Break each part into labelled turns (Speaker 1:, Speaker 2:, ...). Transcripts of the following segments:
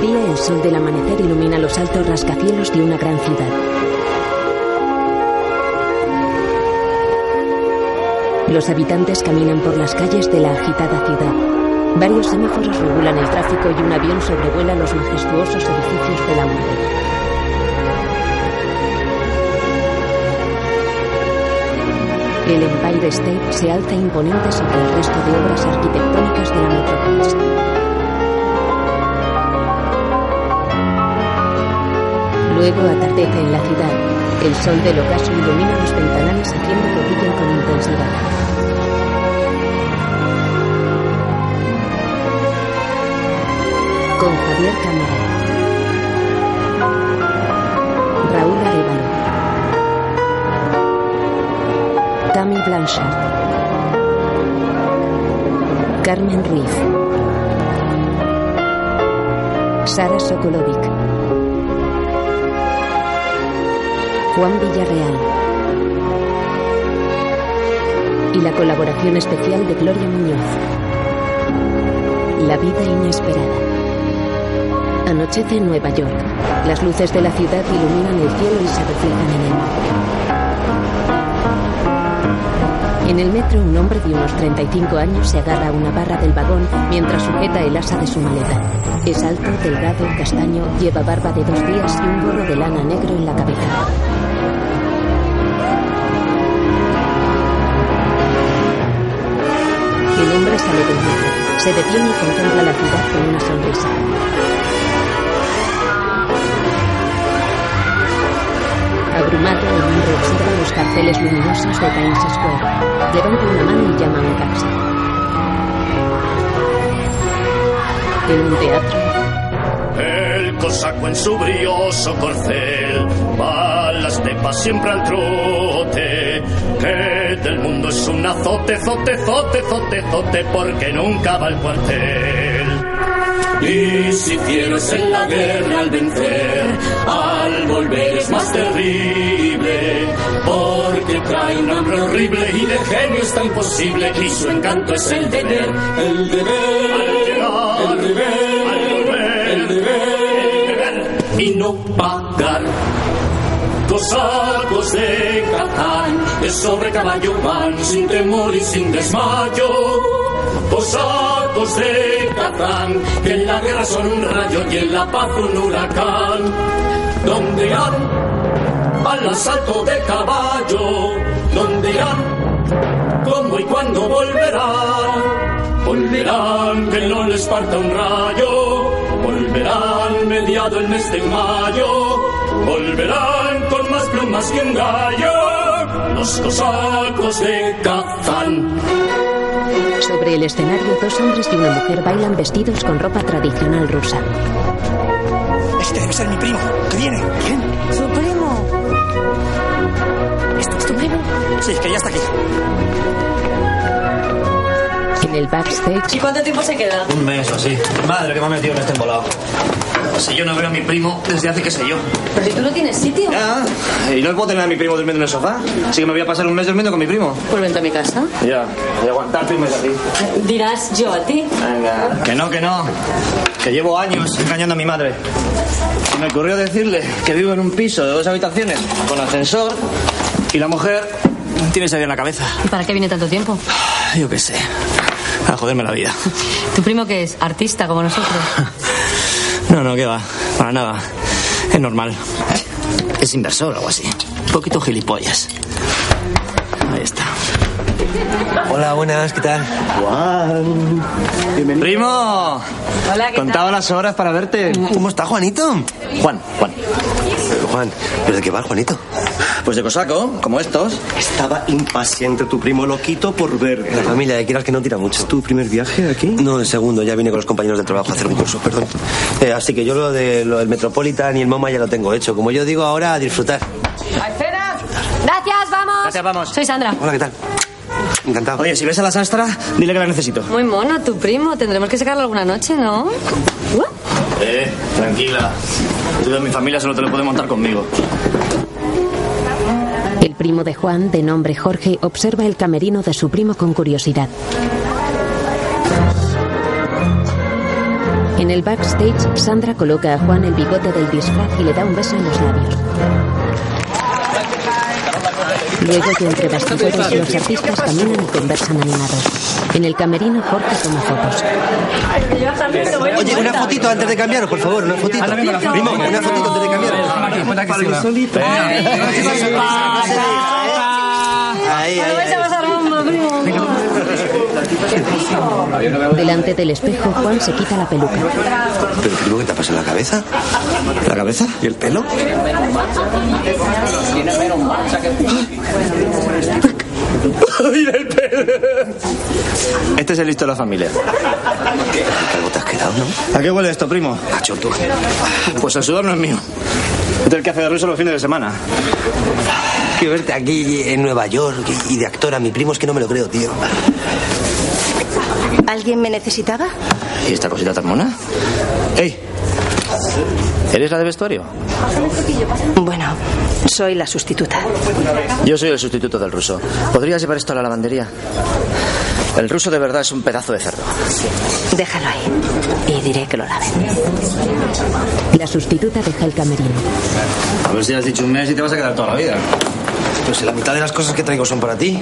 Speaker 1: El sol del amanecer ilumina los altos rascacielos de una gran ciudad. Los habitantes caminan por las calles de la agitada ciudad. Varios semáforos regulan el tráfico y un avión sobrevuela los majestuosos edificios de la urbe. El Empire State se alza imponente sobre el resto de obras arquitectónicas de la metrópolis. Luego atardece en la ciudad. El sol del ocaso ilumina los ventanales haciendo que brillen con intensidad. Con Javier Cámara. Raúl Arevalo. Tammy Blanchard. Carmen Ruiz. Sara Sokolovic. Juan Villarreal. Y la colaboración especial de Gloria Muñoz. La vida inesperada. Anochece en Nueva York. Las luces de la ciudad iluminan el cielo y se reflejan en él. En el metro, un hombre de unos 35 años se agarra a una barra del vagón mientras sujeta el asa de su maleta. Es alto, delgado, castaño, lleva barba de dos días y un gorro de lana negro en la cabeza. El hombre sale del metro, se detiene y contempla la ciudad con una sonrisa. Abrumado, el hombre observa los carteles luminosos de Times Square. Levanta una mano y llama a un taxi. En un teatro,
Speaker 2: El cosaco en su brioso corcel va a las pepas siempre al trote. Que del mundo es un azote, zote, zote, zote, zote, porque nunca va al cuartel. Y si fieros en la guerra al vencer, al volver es más terrible, porque trae un hambre horrible y de genio está imposible, y su encanto es el deber, el deber, al llegar, el deber, al volver, el deber, el deber, y no pagar. Cosacos de Catán, de sobre caballo van, sin temor y sin desmayo. Cosacos de Catán, que en la guerra son un rayo y en la paz un huracán. Donde irán al asalto de caballo, donde irán, cómo y cuándo volverán. Volverán que no les parta un rayo, volverán mediado el mes de mayo, volverán con más plumas que un gallo, los cosacos de Catán.
Speaker 1: sobre el escenario, dos hombres y una mujer bailan vestidos con ropa tradicional rusa.
Speaker 3: Este debe ser mi primo. ¿Qué viene? ¿Quién?
Speaker 4: ¡Su primo! ¿Este es tu primo?
Speaker 3: Sí, que ya está aquí.
Speaker 1: En el backstage,
Speaker 4: ¿Y cuánto tiempo se queda?
Speaker 5: Un mes o así. Madre que me ha metido en este embolado. Si yo no veo a mi primo desde hace qué sé yo.
Speaker 4: Pero si tú no tienes sitio.
Speaker 5: Ya. ¿Y no puedo tener a mi primo durmiendo en el sofá? Así que me voy a pasar un mes durmiendo con mi primo.
Speaker 4: Pues vente a mi casa.
Speaker 5: Ya. Y aguantarte un mes así.
Speaker 4: Dirás yo a ti.
Speaker 5: Venga. Que no, que no. Que llevo años engañando a mi madre. Y me ocurrió decirle que vivo en un piso de dos habitaciones con ascensor y la mujer tiene esa idea en la cabeza.
Speaker 6: ¿Y para qué viene tanto tiempo?
Speaker 2: Ah,
Speaker 5: Yo qué sé. A joderme la vida.
Speaker 6: ¿Tu primo que es? ¿Artista como nosotros?
Speaker 5: No, no, que va. Para nada. Es normal. Es inversor o algo así. Un poquito gilipollas. Ahí está.
Speaker 3: Hola, buenas, ¿qué tal?
Speaker 5: ¡Primo!
Speaker 4: Oh, Hola, ¿qué
Speaker 5: Contaba las horas para verte.
Speaker 3: ¿Cómo está, Juanito?
Speaker 5: Juan, Juan.
Speaker 3: Eh, Juan, ¿pero de qué va, Juanito?
Speaker 5: Pues de cosaco, como estos.
Speaker 7: Estaba impaciente tu primo loquito por ver.
Speaker 3: La familia de Kiral que no tira mucho.
Speaker 7: ¿Tu primer viaje aquí?
Speaker 3: No, el segundo, ya vine con los compañeros del trabajo a hacer un curso, perdón. Eh, así que yo lo, de, lo del Metropolitan y el MoMA ya lo tengo hecho. Como yo digo, ahora a disfrutar.
Speaker 6: ¡Gracias, vamos!
Speaker 5: Gracias, vamos.
Speaker 6: Soy Sandra.
Speaker 3: Hola, ¿qué tal? Encantado.
Speaker 5: Oye, si ves a la sastra, dile que la necesito.
Speaker 6: Muy mono tu primo. Tendremos que sacarlo alguna noche, ¿no? Uh,
Speaker 5: Eh, tranquila. Yo de mi familia solo te lo puede montar conmigo.
Speaker 1: el primo de Juan, de nombre Jorge, observa el camerino de su primo con curiosidad. En el backstage, Sandra coloca a Juan el bigote del disfraz y le da un beso en los labios. Luego que entre bastidores los artistas caminan y conversan animados. En el camerino Jorge toma fotos.
Speaker 8: Oye, una fotito antes de cambiaros, por favor, una fotito. Primo, una fotito antes de cambiaros. solito. Ahí,
Speaker 6: Me vais a pasar bomba, primo.
Speaker 1: Delante del espejo, Juan se quita la peluca.
Speaker 8: Pero primo, ¿qué te ha pasado en la cabeza? ¿La cabeza? ¿Y el pelo?
Speaker 5: Mira el pelo. Este es el listo de la familia.
Speaker 8: Algo te has quedado, ¿no?
Speaker 5: ¿A qué huele esto, primo?
Speaker 8: Cachonto.
Speaker 5: Pues el sudor no es mío. Este es el que hace de ruido los fines de semana.
Speaker 8: Que verte aquí en Nueva York y de actora. Mi primo es que no me lo creo, tío.
Speaker 9: ¿Alguien me necesitaba?
Speaker 5: ¿Y esta cosita tan mona? ¡Ey! ¿Eres la de vestuario?
Speaker 9: Bueno, soy la sustituta.
Speaker 5: Yo soy el sustituto del ruso. ¿Podrías llevar esto a la lavandería? El ruso de verdad es un pedazo de cerdo.
Speaker 9: Déjalo ahí y diré que lo laven.
Speaker 1: La sustituta deja el camerino.
Speaker 5: A ver si has dicho un mes y te vas a quedar toda la vida.
Speaker 8: Pues la mitad de las cosas que traigo son para ti.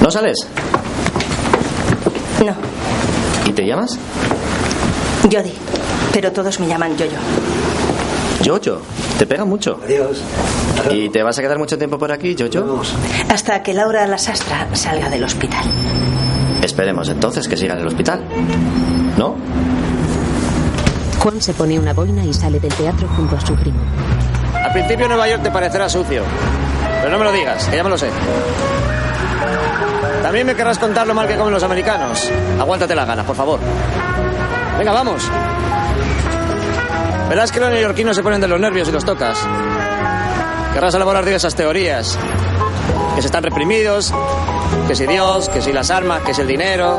Speaker 5: ¿No sales?
Speaker 9: No,
Speaker 5: ¿Y te llamas?
Speaker 9: Jody. Pero todos me llaman Yoyo.
Speaker 5: Jojo. Te pega mucho.
Speaker 8: Adiós.
Speaker 5: ¿Y te vas a quedar mucho tiempo por aquí, Jojo?
Speaker 9: Hasta que Laura la sastra salga del hospital.
Speaker 5: Esperemos entonces que siga en el hospital. ¿No?
Speaker 1: Juan se pone una boina y sale del teatro junto a su primo.
Speaker 5: Al principio Nueva York te parecerá sucio. Pero no me lo digas, que ya me lo sé. También me querrás contar lo mal que comen los americanos. Aguántate las ganas, por favor. Venga, vamos. Verás que los neoyorquinos se ponen de los nervios y los tocas. Querrás elaborar diversas teorías. Que si están reprimidos, que si Dios, que si las armas, que si el dinero.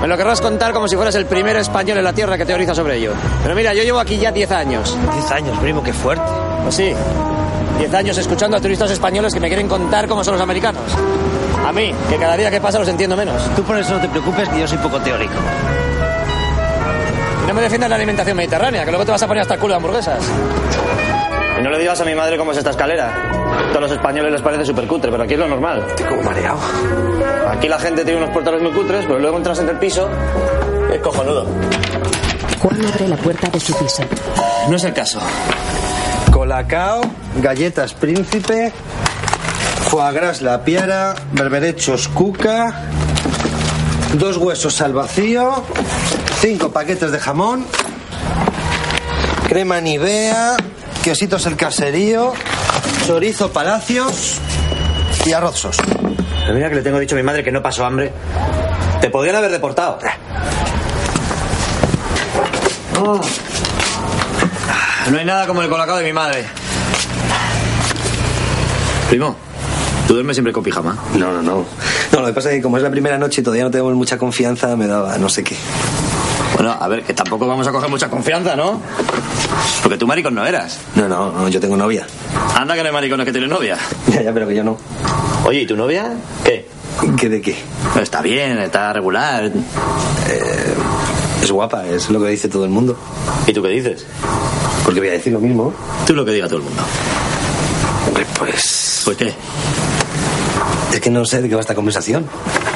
Speaker 5: Me lo querrás contar como si fueras el primer español en la Tierra que teoriza sobre ello. Pero mira, yo llevo aquí ya 10 años.
Speaker 8: Diez años, primo, qué fuerte.
Speaker 5: Pues sí, 10 años escuchando a turistas españoles que me quieren contar cómo son los americanos. A mí, que cada día que pasa los entiendo menos.
Speaker 8: Tú por eso no te preocupes, que yo soy poco teórico.
Speaker 5: Y No me defiendas la alimentación mediterránea, que luego te vas a poner hasta el culo de hamburguesas. Y no le digas a mi madre cómo es esta escalera. A todos los españoles les parece súper cutre, pero aquí es lo normal.
Speaker 8: Estoy como mareado.
Speaker 5: Aquí la gente tiene unos portales muy cutres, pero luego entras en el piso. Es cojonudo.
Speaker 1: Juan abre la puerta de su piso.
Speaker 5: No es el caso.
Speaker 10: Colacao, galletas príncipe, foie gras la piara, berberechos cuca, dos huesos al vacío, cinco paquetes de jamón, crema nivea, quesitos el caserío, chorizo palacios y arroz sos.
Speaker 5: Mira que le tengo dicho a mi madre que no pasó hambre. Te podrían haber deportado. Ah, No hay nada como el colacao de mi madre. Primo, ¿tú duermes siempre con pijama?
Speaker 8: No, no, no. No, lo que pasa es que como es la primera noche y todavía no tenemos mucha confianza, me daba no sé qué.
Speaker 5: Bueno, a ver, que tampoco vamos a coger mucha confianza, ¿no? Porque tú maricón no eras.
Speaker 8: No, no, no, yo tengo novia.
Speaker 5: Anda que no hay maricones que tienen novia.
Speaker 8: Ya, ya, pero que yo no.
Speaker 5: Oye, ¿y tu novia? ¿Qué?
Speaker 8: ¿Qué de qué?
Speaker 5: Está bien, está regular.
Speaker 8: Eh, Es guapa, es lo que dice todo el mundo.
Speaker 5: ¿Y tú qué dices?
Speaker 8: Porque voy a decir lo mismo.
Speaker 5: Tú lo que diga todo el mundo.
Speaker 8: Hombre, pues...
Speaker 5: ¿Pues qué?
Speaker 8: Es que no sé de qué va esta conversación.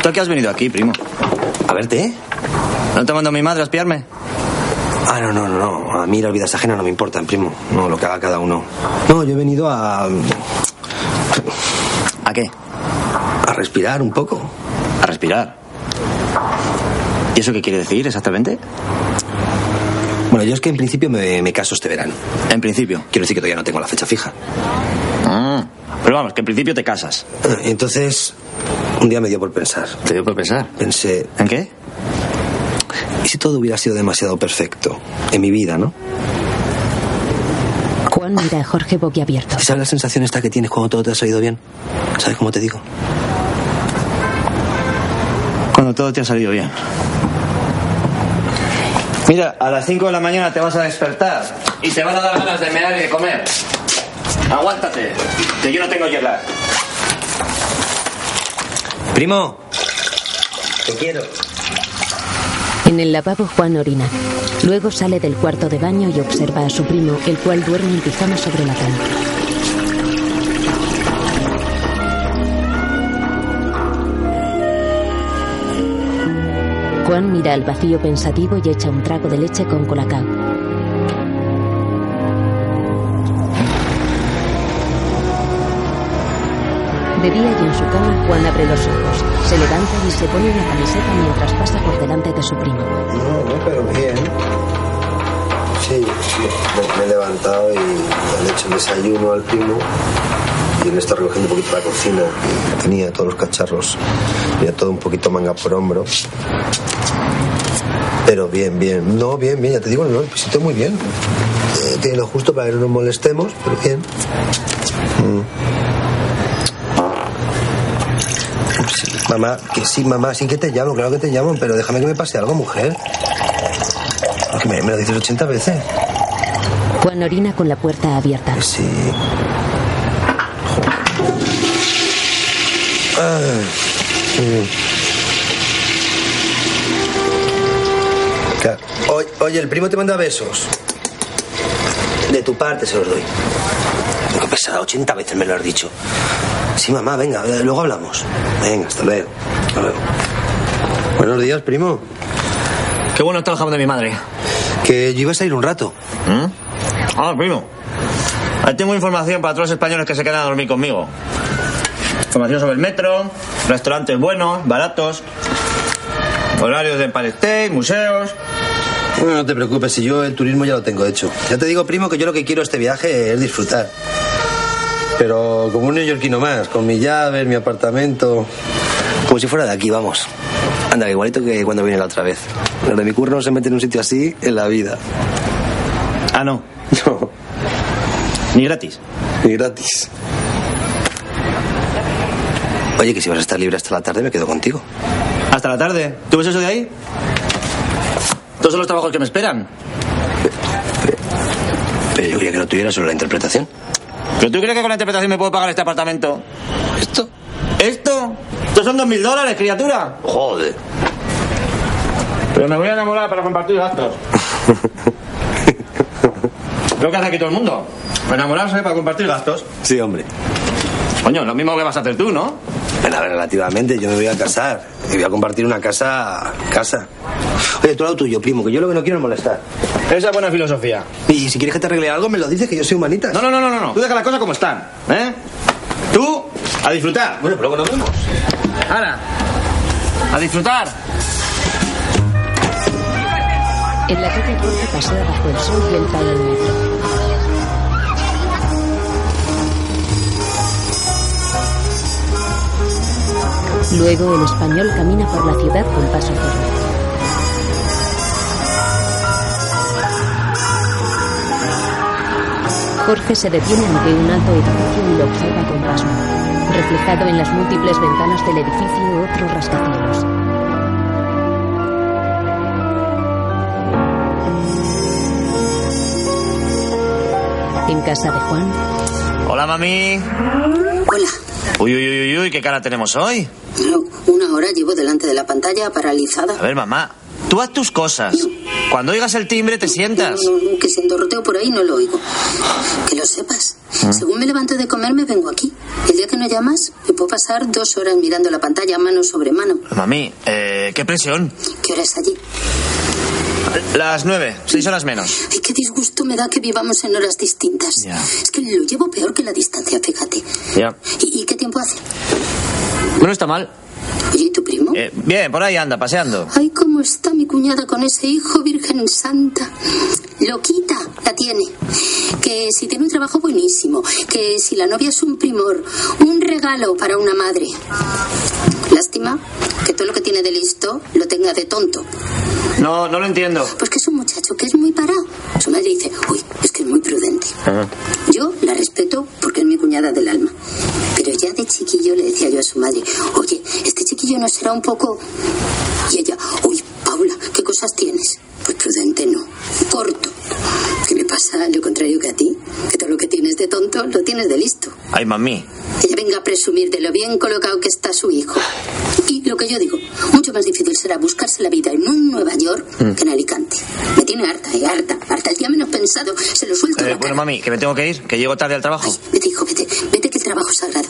Speaker 5: ¿Tú a qué has venido aquí, primo?
Speaker 8: A verte, ¿eh?
Speaker 5: ¿No te mandó mi madre a espiarme?
Speaker 8: Ah, no, no, no, no. A mí las vidas ajenas no me importan, primo. No, lo que haga cada uno. No, yo he venido a...
Speaker 5: ¿A qué?
Speaker 8: a respirar un poco.
Speaker 5: A respirar. ¿Y eso qué quiere decir exactamente?
Speaker 8: Bueno, yo es que en principio me, me caso este verano.
Speaker 5: En principio.
Speaker 8: Quiero decir que todavía no tengo la fecha fija.
Speaker 5: Ah, pero vamos, que en principio te casas.
Speaker 8: Ah, Entonces, un día me dio por pensar.
Speaker 5: Te dio por pensar.
Speaker 8: Pensé,
Speaker 5: ¿En qué?
Speaker 8: ¿y si todo hubiera sido demasiado perfecto en mi vida, no?
Speaker 1: Juan mira a Jorge boquiabierto.
Speaker 8: ¿Y sabes la sensación esta que tienes cuando todo te ha salido bien? ¿Sabes cómo te digo?
Speaker 5: Cuando todo te ha salido bien. Mira, a las 5 de la mañana te vas a despertar y te van a dar ganas de mear y de comer. Aguántate, que yo no tengo yelar.
Speaker 8: Primo, te quiero.
Speaker 1: En el lavabo Juan orina. Luego sale del cuarto de baño y observa a su primo, el cual duerme en pijama sobre la cama. Juan mira al vacío pensativo y echa un trago de leche con colacao. De día y en su cama, Juan abre los ojos, se levanta y se pone una camiseta mientras pasa por delante de su primo.
Speaker 8: No, no, pero bien. Sí, sí. Me, me he levantado y le he hecho un desayuno al primo. Y él está recogiendo un poquito la cocina. Tenía todos los cacharros. Tenía todo un poquito manga por hombro. Pero bien, bien. No, bien, bien. Ya te digo, no, el pisito muy bien. Eh, tiene lo justo para que no nos molestemos, pero bien. Mm. Mamá, que sí, mamá, sí que te llamo, claro que te llamo, pero déjame que me pase algo, mujer. Porque me, me lo dices 80 veces.
Speaker 1: Juan orina con la puerta abierta.
Speaker 8: Sí. Ah, mm. claro. Oy, oye, el primo te manda besos. De tu parte se los doy. Qué pesada, 80 veces me lo has dicho. Sí, mamá, venga, eh, luego hablamos. Venga, hasta luego. Hasta luego. Buenos días, primo.
Speaker 5: Qué bueno está el jamón de mi madre.
Speaker 8: Que yo iba a salir un rato.
Speaker 5: ¿Mm? Ah, primo. Ahí tengo información para todos los españoles que se quedan a dormir conmigo. Información sobre el metro, restaurantes buenos, baratos, horarios de empalesté, museos.
Speaker 8: No, no te preocupes, si yo el turismo ya lo tengo hecho. Ya te digo, primo, que yo lo que quiero este viaje es disfrutar. Pero como un neoyorquino más, con mis llaves, mi apartamento.
Speaker 3: Como si fuera de aquí, vamos. Anda, igualito que cuando vine la otra vez. Los de mi curro no se meten en un sitio así en la vida.
Speaker 5: Ah, no.
Speaker 3: No.
Speaker 5: Ni gratis.
Speaker 3: Ni gratis. Oye, que si vas a estar libre hasta la tarde, me quedo contigo.
Speaker 5: ¿Hasta la tarde? ¿Tú ves eso de ahí? Todos son los trabajos que me esperan.
Speaker 3: Pero, pero, pero yo creía que lo tuviera solo la interpretación.
Speaker 5: ¿Pero tú crees que con la interpretación me puedo pagar este apartamento?
Speaker 3: ¿Esto?
Speaker 5: ¿Esto? ¿Estos son dos mil dólares, criatura?
Speaker 3: Joder.
Speaker 5: Pero me voy a enamorar para compartir gastos. Lo que hace aquí todo el mundo. Enamorarse para compartir gastos.
Speaker 3: Sí, hombre.
Speaker 5: Coño, lo mismo que vas a hacer tú, ¿no?
Speaker 3: Bueno, a ver, relativamente, yo me voy a casar. Y voy a compartir una casa. casa. Oye, tú lo tuyo, primo, que yo lo que no quiero es molestar.
Speaker 5: Esa es buena filosofía.
Speaker 3: Y si quieres que te arregle algo, me lo dices, que yo soy humanitas.
Speaker 5: No, no, no, no, no. Tú deja las cosas como están, ¿eh? Tú, a disfrutar.
Speaker 3: Bueno, pero luego nos vemos.
Speaker 5: Ahora, a disfrutar.
Speaker 1: En la calle Corte pasea bajo el sol y el cae del metro. Luego el español camina por la ciudad con paso firme. Jorge se detiene ante un alto edificio y lo observa con pasmo. Reflejado en las múltiples ventanas del edificio, otro rascacielos. En casa de Juan.
Speaker 5: Hola, mami.
Speaker 11: Hola.
Speaker 5: Uy, uy, uy, uy, ¿qué cara tenemos hoy?
Speaker 11: Una hora llevo delante de la pantalla paralizada.
Speaker 5: A ver, mamá, tú haz tus cosas. No. Cuando oigas el timbre, te
Speaker 11: no,
Speaker 5: sientas.
Speaker 11: No, que si endorroteo por ahí no lo oigo. Que lo sepas. ¿Mm? Según me levanto de comer, me vengo aquí. El día que no llamas, me puedo pasar dos horas mirando la pantalla mano sobre mano.
Speaker 5: Mami, eh, qué presión.
Speaker 11: ¿Qué hora es allí?
Speaker 5: Las nueve, seis horas menos.
Speaker 11: Ay, qué disgusto me da que vivamos en horas distintas.
Speaker 5: Ya.
Speaker 11: Es que lo llevo peor que la distancia, fíjate.
Speaker 5: Ya.
Speaker 11: ¿Y, y qué tiempo hace?
Speaker 5: No está mal.
Speaker 11: Oye, ¿y tu primo?
Speaker 5: Eh, bien, por ahí anda, paseando.
Speaker 11: Ay, cómo está mi cuñada con ese hijo, Virgen Santa. Loquita, la tiene. Que si tiene un trabajo buenísimo, que si la novia es un primor, un regalo para una madre. Lástima que todo lo que tiene de listo lo tenga de tonto.
Speaker 5: No, no lo entiendo.
Speaker 11: Pues que es un muchacho que es muy parado. Su madre dice, uy, es que es muy prudente.
Speaker 5: Ajá.
Speaker 11: Yo la respeto porque es mi cuñada del alma. Pero ya de chiquillo le decía yo a su madre, oye, este chiquillo no será un poco... Y ella, uy, Paula, ¿qué cosas tienes? Pues prudente no, corto. ¿Qué me pasa lo contrario que a ti? Que todo lo que tienes de tonto lo tienes de listo.
Speaker 5: Ay, mami.
Speaker 11: Ella venga a presumir de lo bien colocado que está su hijo. Y lo que yo digo, mucho mejor más difícil será buscarse la vida en un Nueva York
Speaker 5: Mm.
Speaker 11: que en Alicante. Me tiene harta, eh, harta, harta. El día menos pensado se lo suelto. en
Speaker 5: Eh,
Speaker 11: la
Speaker 5: bueno,
Speaker 11: cara.
Speaker 5: mami, que me tengo que ir, que llego tarde al trabajo.
Speaker 11: Vete, hijo, vete. Vete que el trabajo es sagrado.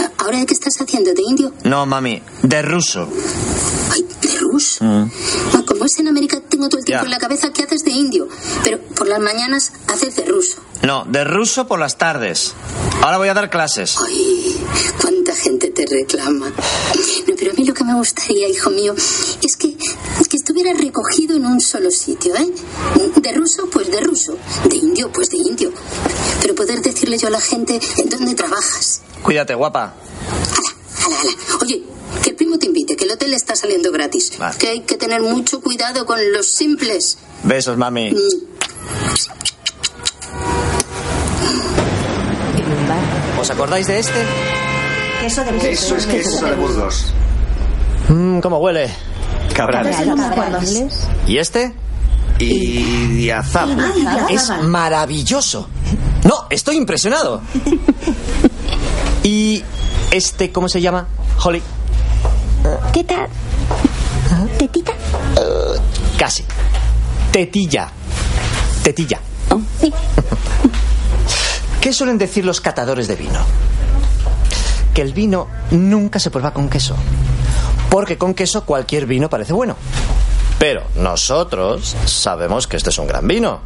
Speaker 11: Ah, ¿Ahora qué estás haciendo? ¿De indio?
Speaker 5: No, mami, de ruso.
Speaker 11: ¿De ruso? Ah, Como es en América, tengo todo el tiempo
Speaker 5: Ya.
Speaker 11: en la cabeza que haces de indio. Pero por las mañanas haces de ruso.
Speaker 5: No, de ruso por las tardes. Ahora voy a dar clases.
Speaker 11: ¿Cuánta gente te reclama? No, pero a mí lo que me gustaría, hijo mío, es que, que estuviera recogido en un solo sitio, ¿eh? De ruso, pues de ruso. De indio, pues de indio. Pero poder decirle yo a la gente en dónde trabajas.
Speaker 5: Cuídate, guapa.
Speaker 11: Ala, ala. Oye, que el primo te invite, que el hotel está saliendo gratis. Que hay que tener mucho cuidado con los simples.
Speaker 5: Besos, mami. ¿Os acordáis de este?
Speaker 4: Queso de
Speaker 7: Eso es que eso de Burgos.
Speaker 5: Mmm, ¿Cómo huele?
Speaker 7: Cabrales.
Speaker 5: ¿Y este?
Speaker 7: Y diazap.
Speaker 5: Es maravilloso. No, estoy impresionado. ¿Y este cómo se llama? Holly.
Speaker 4: Teta. Tetita.
Speaker 5: Eh, Casi. Tetilla. Tetilla. ¿Qué suelen decir los catadores de vino? Que el vino nunca se prueba con queso. Porque con queso cualquier vino parece bueno. Pero nosotros sabemos que este es un gran vino.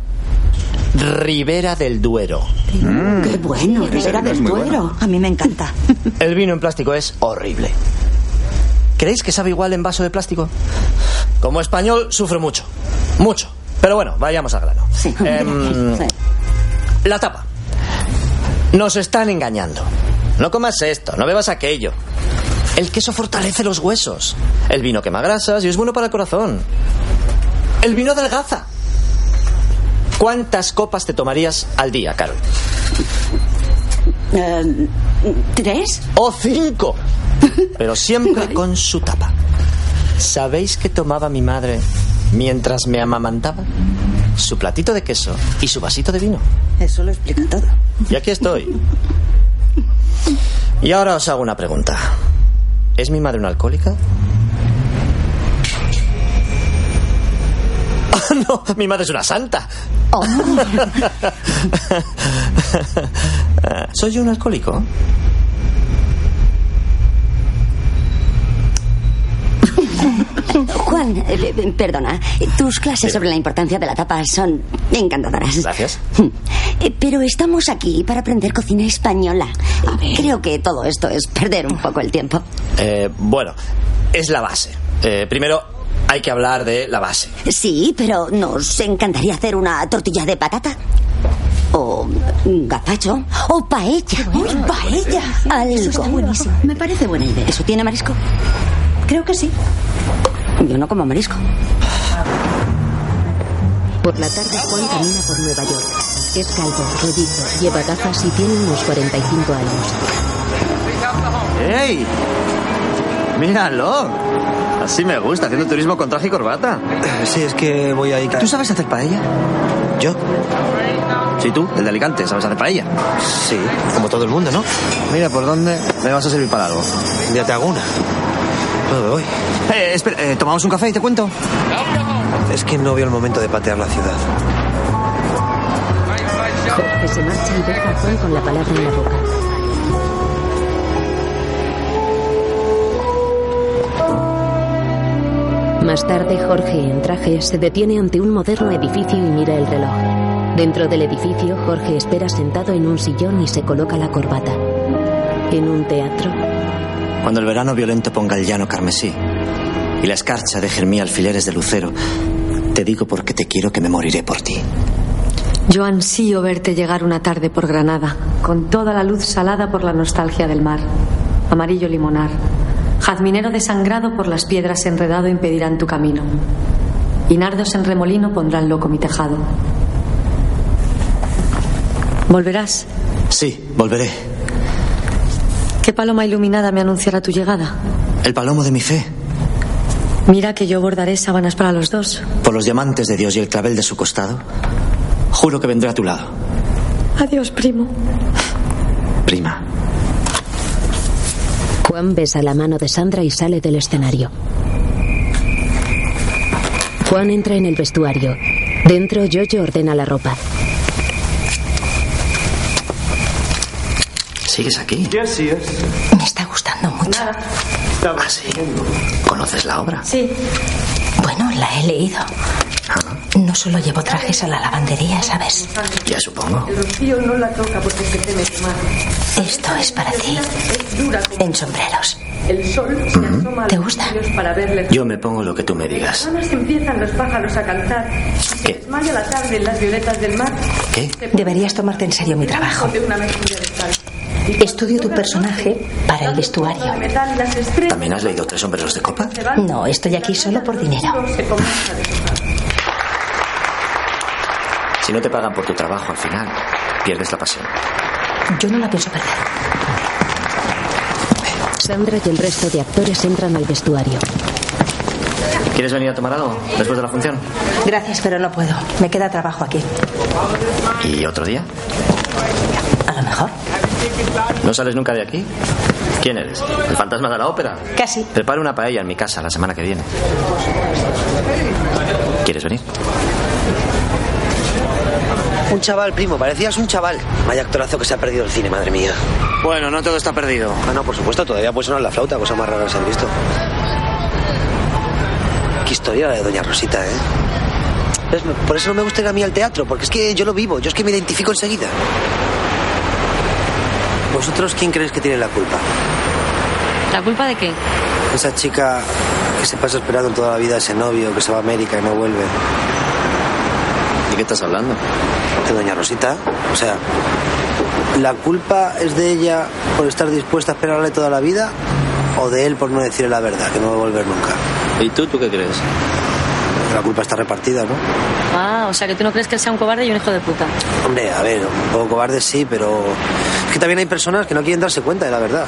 Speaker 5: Ribera del Duero.
Speaker 12: Mm. Qué bueno, Ribera
Speaker 5: Es
Speaker 12: del
Speaker 5: muy
Speaker 12: Duero.
Speaker 5: bueno.
Speaker 12: A mí me encanta.
Speaker 5: El vino en plástico es horrible. ¿Creéis que sabe igual en vaso de plástico? Como español sufro mucho, mucho. Pero bueno, vayamos al grano. Em, La tapa. Nos están engañando. No comas esto, no bebas aquello. El queso fortalece los huesos. El vino quema grasas y es bueno para el corazón. El vino adelgaza. ¿Cuántas copas te tomarías al día, Carol?
Speaker 12: ¿Tres?
Speaker 5: O cinco. Pero siempre con su tapa. ¿Sabéis qué tomaba mi madre mientras me amamantaba? Su platito de queso y su vasito de vino.
Speaker 12: Eso lo explica todo.
Speaker 5: Y aquí estoy. Y ahora os hago una pregunta. ¿Es mi madre una alcohólica? Ah, no, mi madre es una santa. ¿Soy yo un alcohólico?
Speaker 12: Juan, eh, eh, perdona. Tus clases sobre la importancia de la tapa son encantadoras.
Speaker 5: Gracias.
Speaker 12: Eh, Pero estamos aquí para aprender cocina española. Creo que todo esto es perder un poco el tiempo.
Speaker 5: Eh, bueno, es la base. Eh, primero hay que hablar de la base.
Speaker 12: Sí, pero nos encantaría hacer una tortilla de patata. O un gazpacho. O paella. ¡Uy, paella! Algo. Eso está buenísimo. Me parece buena idea. ¿Eso tiene marisco? Creo que sí. Yo no como marisco.
Speaker 1: Por la tarde Juan camina por Nueva York. Es calvo, rollizo, lleva gafas y tiene unos 45 años.
Speaker 5: ¡Ey! Míralo. Así me gusta, haciendo turismo con traje y corbata.
Speaker 3: Sí, es que voy ahí.
Speaker 5: ¿Tú sabes hacer paella?
Speaker 3: ¿Yo?
Speaker 5: Sí, tú, el de Alicante, ¿sabes hacer paella?
Speaker 3: Sí, como todo el mundo, ¿no?
Speaker 5: Mira, ¿por dónde me vas a servir para algo?
Speaker 3: Ya te hago una. No me voy.
Speaker 5: Eh, espera, eh, tomamos un café y te cuento.
Speaker 3: Es que no veo el momento de patear la ciudad.
Speaker 1: Jorge se marcha y deja a Juan con la palabra en la boca. Más tarde, Jorge, en traje, se detiene ante un moderno edificio y mira el reloj. Dentro del edificio, Jorge espera sentado en un sillón y se coloca la corbata. En un teatro,
Speaker 5: Cuando el verano violento ponga el llano carmesí y la escarcha deje en mí alfileres de lucero, te digo porque te quiero que me moriré por ti.
Speaker 13: Yo ansío verte llegar una tarde por Granada, con toda la luz salada por la nostalgia del mar, amarillo limonar, jazminero desangrado por las piedras enredado impedirán tu camino, y nardos en remolino pondrán loco mi tejado. ¿Volverás?
Speaker 5: Sí, volveré.
Speaker 13: ¿Qué paloma iluminada me anunciará tu llegada?
Speaker 5: El palomo de mi fe,
Speaker 13: Mira que yo bordaré sábanas para los dos.
Speaker 5: por los diamantes de Dios y el clavel de su costado, juro que vendré a tu lado,
Speaker 13: Adiós, primo.
Speaker 5: prima.
Speaker 1: Juan besa la mano de Sandra y sale del escenario. Juan entra en el vestuario. Dentro, Yoyo ordena la ropa.
Speaker 5: ¿Sigues aquí?
Speaker 6: Ya sí es.
Speaker 9: Me está gustando mucho.
Speaker 5: Ah, sí. ¿Conoces la obra?
Speaker 9: Sí. Bueno, la he leído. No solo llevo trajes a la lavandería, ¿sabes?
Speaker 5: Ya supongo.
Speaker 6: El rocío no la toca porque se teme quemar.
Speaker 9: Esto es para ti. En sombreros.
Speaker 6: El sol se asoma a
Speaker 9: ¿Te gusta?
Speaker 6: los cielos para verle.
Speaker 5: Yo me pongo lo que tú me digas.
Speaker 6: Las empiezan los pájaros a cantar. Se desmaya la tarde en las violetas del mar.
Speaker 5: ¿Qué?
Speaker 9: Deberías tomarte en serio mi trabajo.
Speaker 6: De una mejilla de sal.
Speaker 9: Estudio tu personaje para el vestuario.
Speaker 6: De metal y las estrellas
Speaker 5: ¿También has leído Tres sombreros de copa?
Speaker 6: se van.
Speaker 9: No, estoy aquí solo por dinero.
Speaker 6: Se comienza a deshojar.
Speaker 5: Si no te pagan por tu trabajo al final, pierdes la pasión.
Speaker 9: Yo no la pienso perder.
Speaker 1: Sandra y el resto de actores entran al vestuario.
Speaker 5: ¿Quieres venir a tomar algo después de la función?
Speaker 9: Gracias, pero no puedo. Me queda trabajo aquí.
Speaker 5: ¿Y otro día?
Speaker 9: A lo mejor.
Speaker 5: ¿No sales nunca de aquí? ¿Quién eres? ¿El fantasma de la ópera?
Speaker 9: Casi.
Speaker 5: Preparo una paella en mi casa la semana que viene. ¿Quieres venir?
Speaker 8: Un chaval, primo, parecías un chaval. Vaya actorazo que se ha perdido el cine, madre mía.
Speaker 14: Bueno, no todo está perdido.
Speaker 8: Ah, no, por supuesto, todavía puede sonar la flauta, cosa más rara que se han visto. Qué historia la de Doña Rosita, ¿eh? ¿Ves? Por eso no me gusta ir a mí al teatro, porque es que yo lo vivo, yo es que me identifico enseguida. ¿Vosotros quién creéis que tiene la culpa?
Speaker 15: ¿La culpa de qué?
Speaker 8: Esa chica que se pasa esperando toda la vida a ese novio que se va a América y no vuelve.
Speaker 5: ¿De qué estás hablando?
Speaker 8: de Doña Rosita. O sea, ¿la culpa es de ella por estar dispuesta a esperarle toda la vida o de él por no decirle la verdad, que no va a volver nunca?
Speaker 5: ¿Y tú, tú qué crees?
Speaker 8: La culpa está repartida, ¿no?
Speaker 15: Ah, o sea que tú no crees que él sea un cobarde y un hijo de puta.
Speaker 8: Hombre, a ver, un poco cobarde sí, pero es que también hay personas que no quieren darse cuenta de la verdad.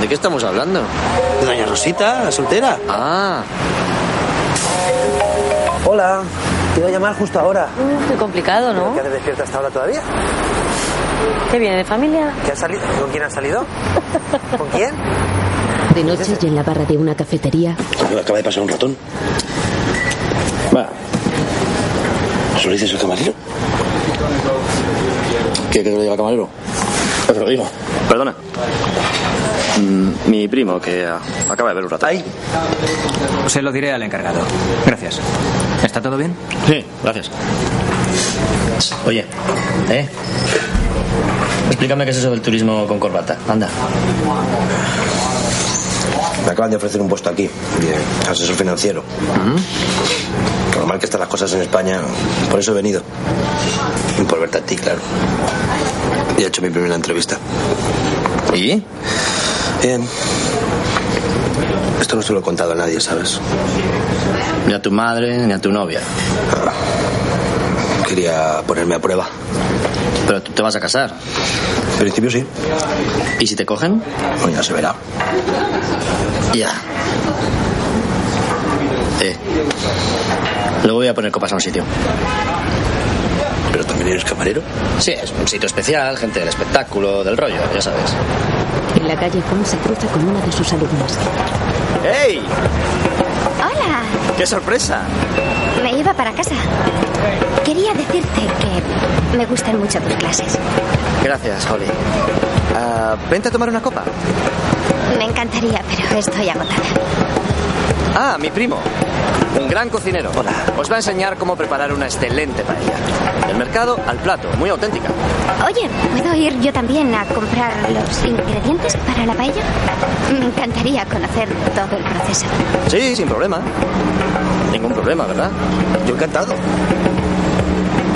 Speaker 5: ¿De qué estamos hablando?
Speaker 8: ¿De Doña Rosita, la soltera?
Speaker 5: Ah,
Speaker 8: Hola, te iba a llamar justo ahora.
Speaker 15: Qué Mm, complicado, ¿no?
Speaker 8: ¿Qué haces despierta hasta ahora todavía?
Speaker 15: ¿Qué viene de familia?
Speaker 8: ¿Qué ha salido? ¿Con quién ha salido? ¿Con quién?
Speaker 1: De noche y en la barra de una cafetería,
Speaker 8: Acaba de pasar un ratón.
Speaker 5: va.
Speaker 8: ¿Solo dices el camarero?
Speaker 14: ¿Qué, te lo lleva camarero?
Speaker 5: Te lo digo. Perdona. Mm, mi primo, que ah, acaba de ver un rato.
Speaker 8: Ahí.
Speaker 16: Se lo diré al encargado. Gracias. ¿Está todo bien?
Speaker 5: Sí, gracias. Oye, ¿eh? Explícame qué es eso del turismo con corbata. Anda.
Speaker 8: Me acaban de ofrecer un puesto aquí, de asesor financiero.
Speaker 2: Mm.
Speaker 8: Por lo mal que están las cosas en España, por eso he venido. Y por verte a ti, claro. Ya he hecho mi primera entrevista.
Speaker 5: ¿Y?
Speaker 8: Bien. Esto no se lo he contado a nadie, ¿sabes?
Speaker 5: Ni a tu madre, ni a tu novia.
Speaker 8: Quería ponerme a prueba.
Speaker 5: Pero tú te vas a casar.
Speaker 8: En principio sí.
Speaker 5: ¿Y si te cogen?
Speaker 8: Bueno, ya se verá.
Speaker 5: Ya. Eh. Luego voy a poner copas a un sitio.
Speaker 8: Pero también eres camarero.
Speaker 5: Sí, es un sitio especial, gente del espectáculo, del rollo, ya sabes.
Speaker 1: en la calle Juan se cruza con una de sus alumnas.
Speaker 5: ¡Ey!
Speaker 4: Hola,
Speaker 5: ¡Qué sorpresa!
Speaker 4: me iba para casa. Quería decirte que me gustan mucho tus clases.
Speaker 5: Gracias, Holly. Ah, vente a tomar una copa.
Speaker 4: Me encantaría, pero estoy agotada.
Speaker 5: Ah, mi primo. Un gran cocinero. Hola. Os va a enseñar cómo preparar una excelente paella. Del mercado al plato, muy auténtica.
Speaker 4: Oye, ¿puedo ir yo también a comprar los ingredientes para la paella? Me encantaría conocer todo el proceso.
Speaker 5: Sí, sin problema. Ningún problema, ¿verdad?
Speaker 8: Yo encantado.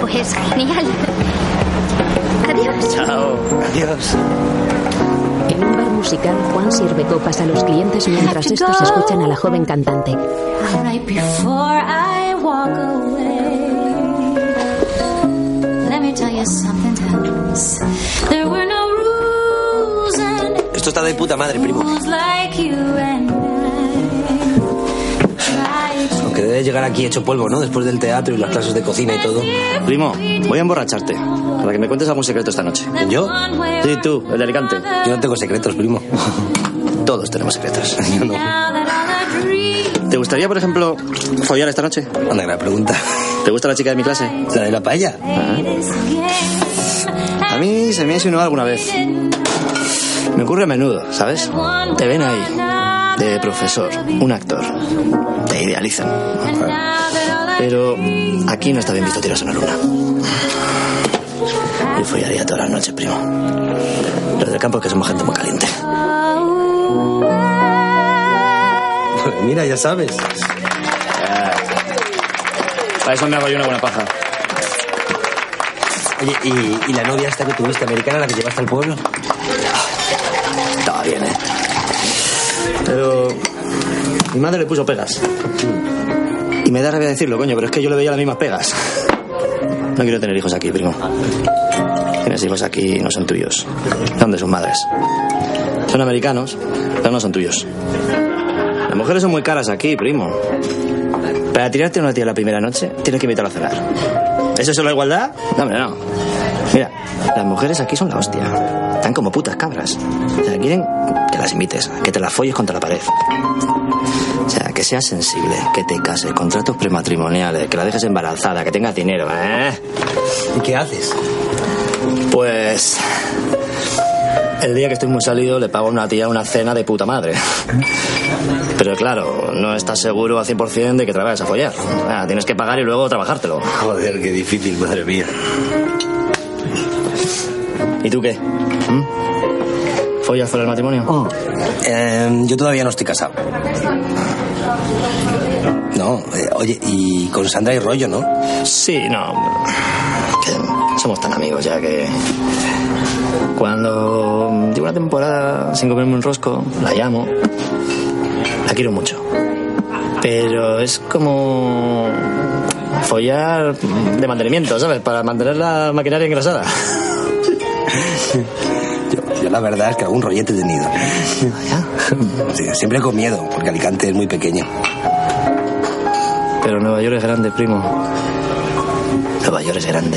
Speaker 4: Pues genial. Adiós.
Speaker 5: Chao.
Speaker 8: Adiós.
Speaker 1: En un bar musical, Juan sirve copas a los clientes mientras estos escuchan a la joven cantante.
Speaker 2: Right before I walk away, let me tell you something else. There were no rules and
Speaker 8: Esto está de puta madre, primo.
Speaker 2: rules like you and I. Tried
Speaker 8: Aunque debe llegar aquí hecho polvo, ¿no? Después del teatro y las clases de cocina y todo.
Speaker 5: Primo, voy a emborracharte para que me cuentes algún secreto esta noche.
Speaker 8: ¿Yo?
Speaker 5: Sí, tú, el de Alicante.
Speaker 8: Yo no tengo secretos, primo.
Speaker 5: Todos tenemos secretos.
Speaker 8: Yo no.
Speaker 2: now that all I dream
Speaker 5: ¿Te gustaría, por ejemplo, follar esta noche?
Speaker 3: Anda, gran pregunta.
Speaker 5: ¿Te gusta la chica de mi clase?
Speaker 3: ¿La de la paella?
Speaker 5: A mí se me ha insinuado alguna vez. Me ocurre a menudo, ¿sabes? Te ven ahí, de profesor, un actor. Te idealizan. Pero aquí no está bien visto tiros en la luna. Yo follaría todas las noches, primo. Los del campo es que somos gente muy caliente.
Speaker 3: Pues mira, ya sabes.
Speaker 5: Para eso me hago yo una buena paja.
Speaker 3: Oye, ¿y, y la novia esta que tuviste americana, la que llevaste al pueblo? Ah, Estaba bien, ¿eh?
Speaker 5: Pero mi madre le puso pegas. Y me da rabia decirlo, coño, pero es que yo le veía las mismas pegas. No quiero tener hijos aquí, primo. Tienes hijos aquí y no son tuyos. Son de sus madres. Son americanos, pero no son tuyos. Las mujeres son muy caras aquí, primo. Para tirarte a una tía la primera noche, tienes que invitarla a cenar. ¿Eso es solo igualdad? No, hombre, no. Mira, las mujeres aquí son la hostia. Están como putas cabras. O sea, quieren que las imites, que te las folles contra la pared. O sea, que seas sensible, que te cases, contratos prematrimoniales, que la dejes embarazada, que tengas dinero, ¿eh?
Speaker 3: ¿Y qué haces?
Speaker 5: Pues. El día que estoy muy salido le pago a una tía una cena de puta madre. Pero claro, no estás seguro al 100% de que te la vayas a follar. Ah, tienes que pagar y luego trabajártelo.
Speaker 3: Joder, qué difícil, madre mía.
Speaker 5: ¿Y tú qué? ¿Mm? ¿Follas fuera del matrimonio?
Speaker 3: Eh, yo todavía no estoy casado. No, eh, oye, y con Sandra hay rollo, ¿no?
Speaker 5: Sí, no. que somos tan amigos ya que. Cuando llevo una temporada sin comerme un rosco, la llamo. La quiero mucho. Pero es como. follar de mantenimiento, ¿sabes? Para mantener la maquinaria engrasada.
Speaker 3: Yo, yo la verdad es que algún rollete he tenido. Sí, siempre con miedo, porque Alicante es muy pequeño.
Speaker 5: Pero Nueva York es grande, primo. Nueva York es grande.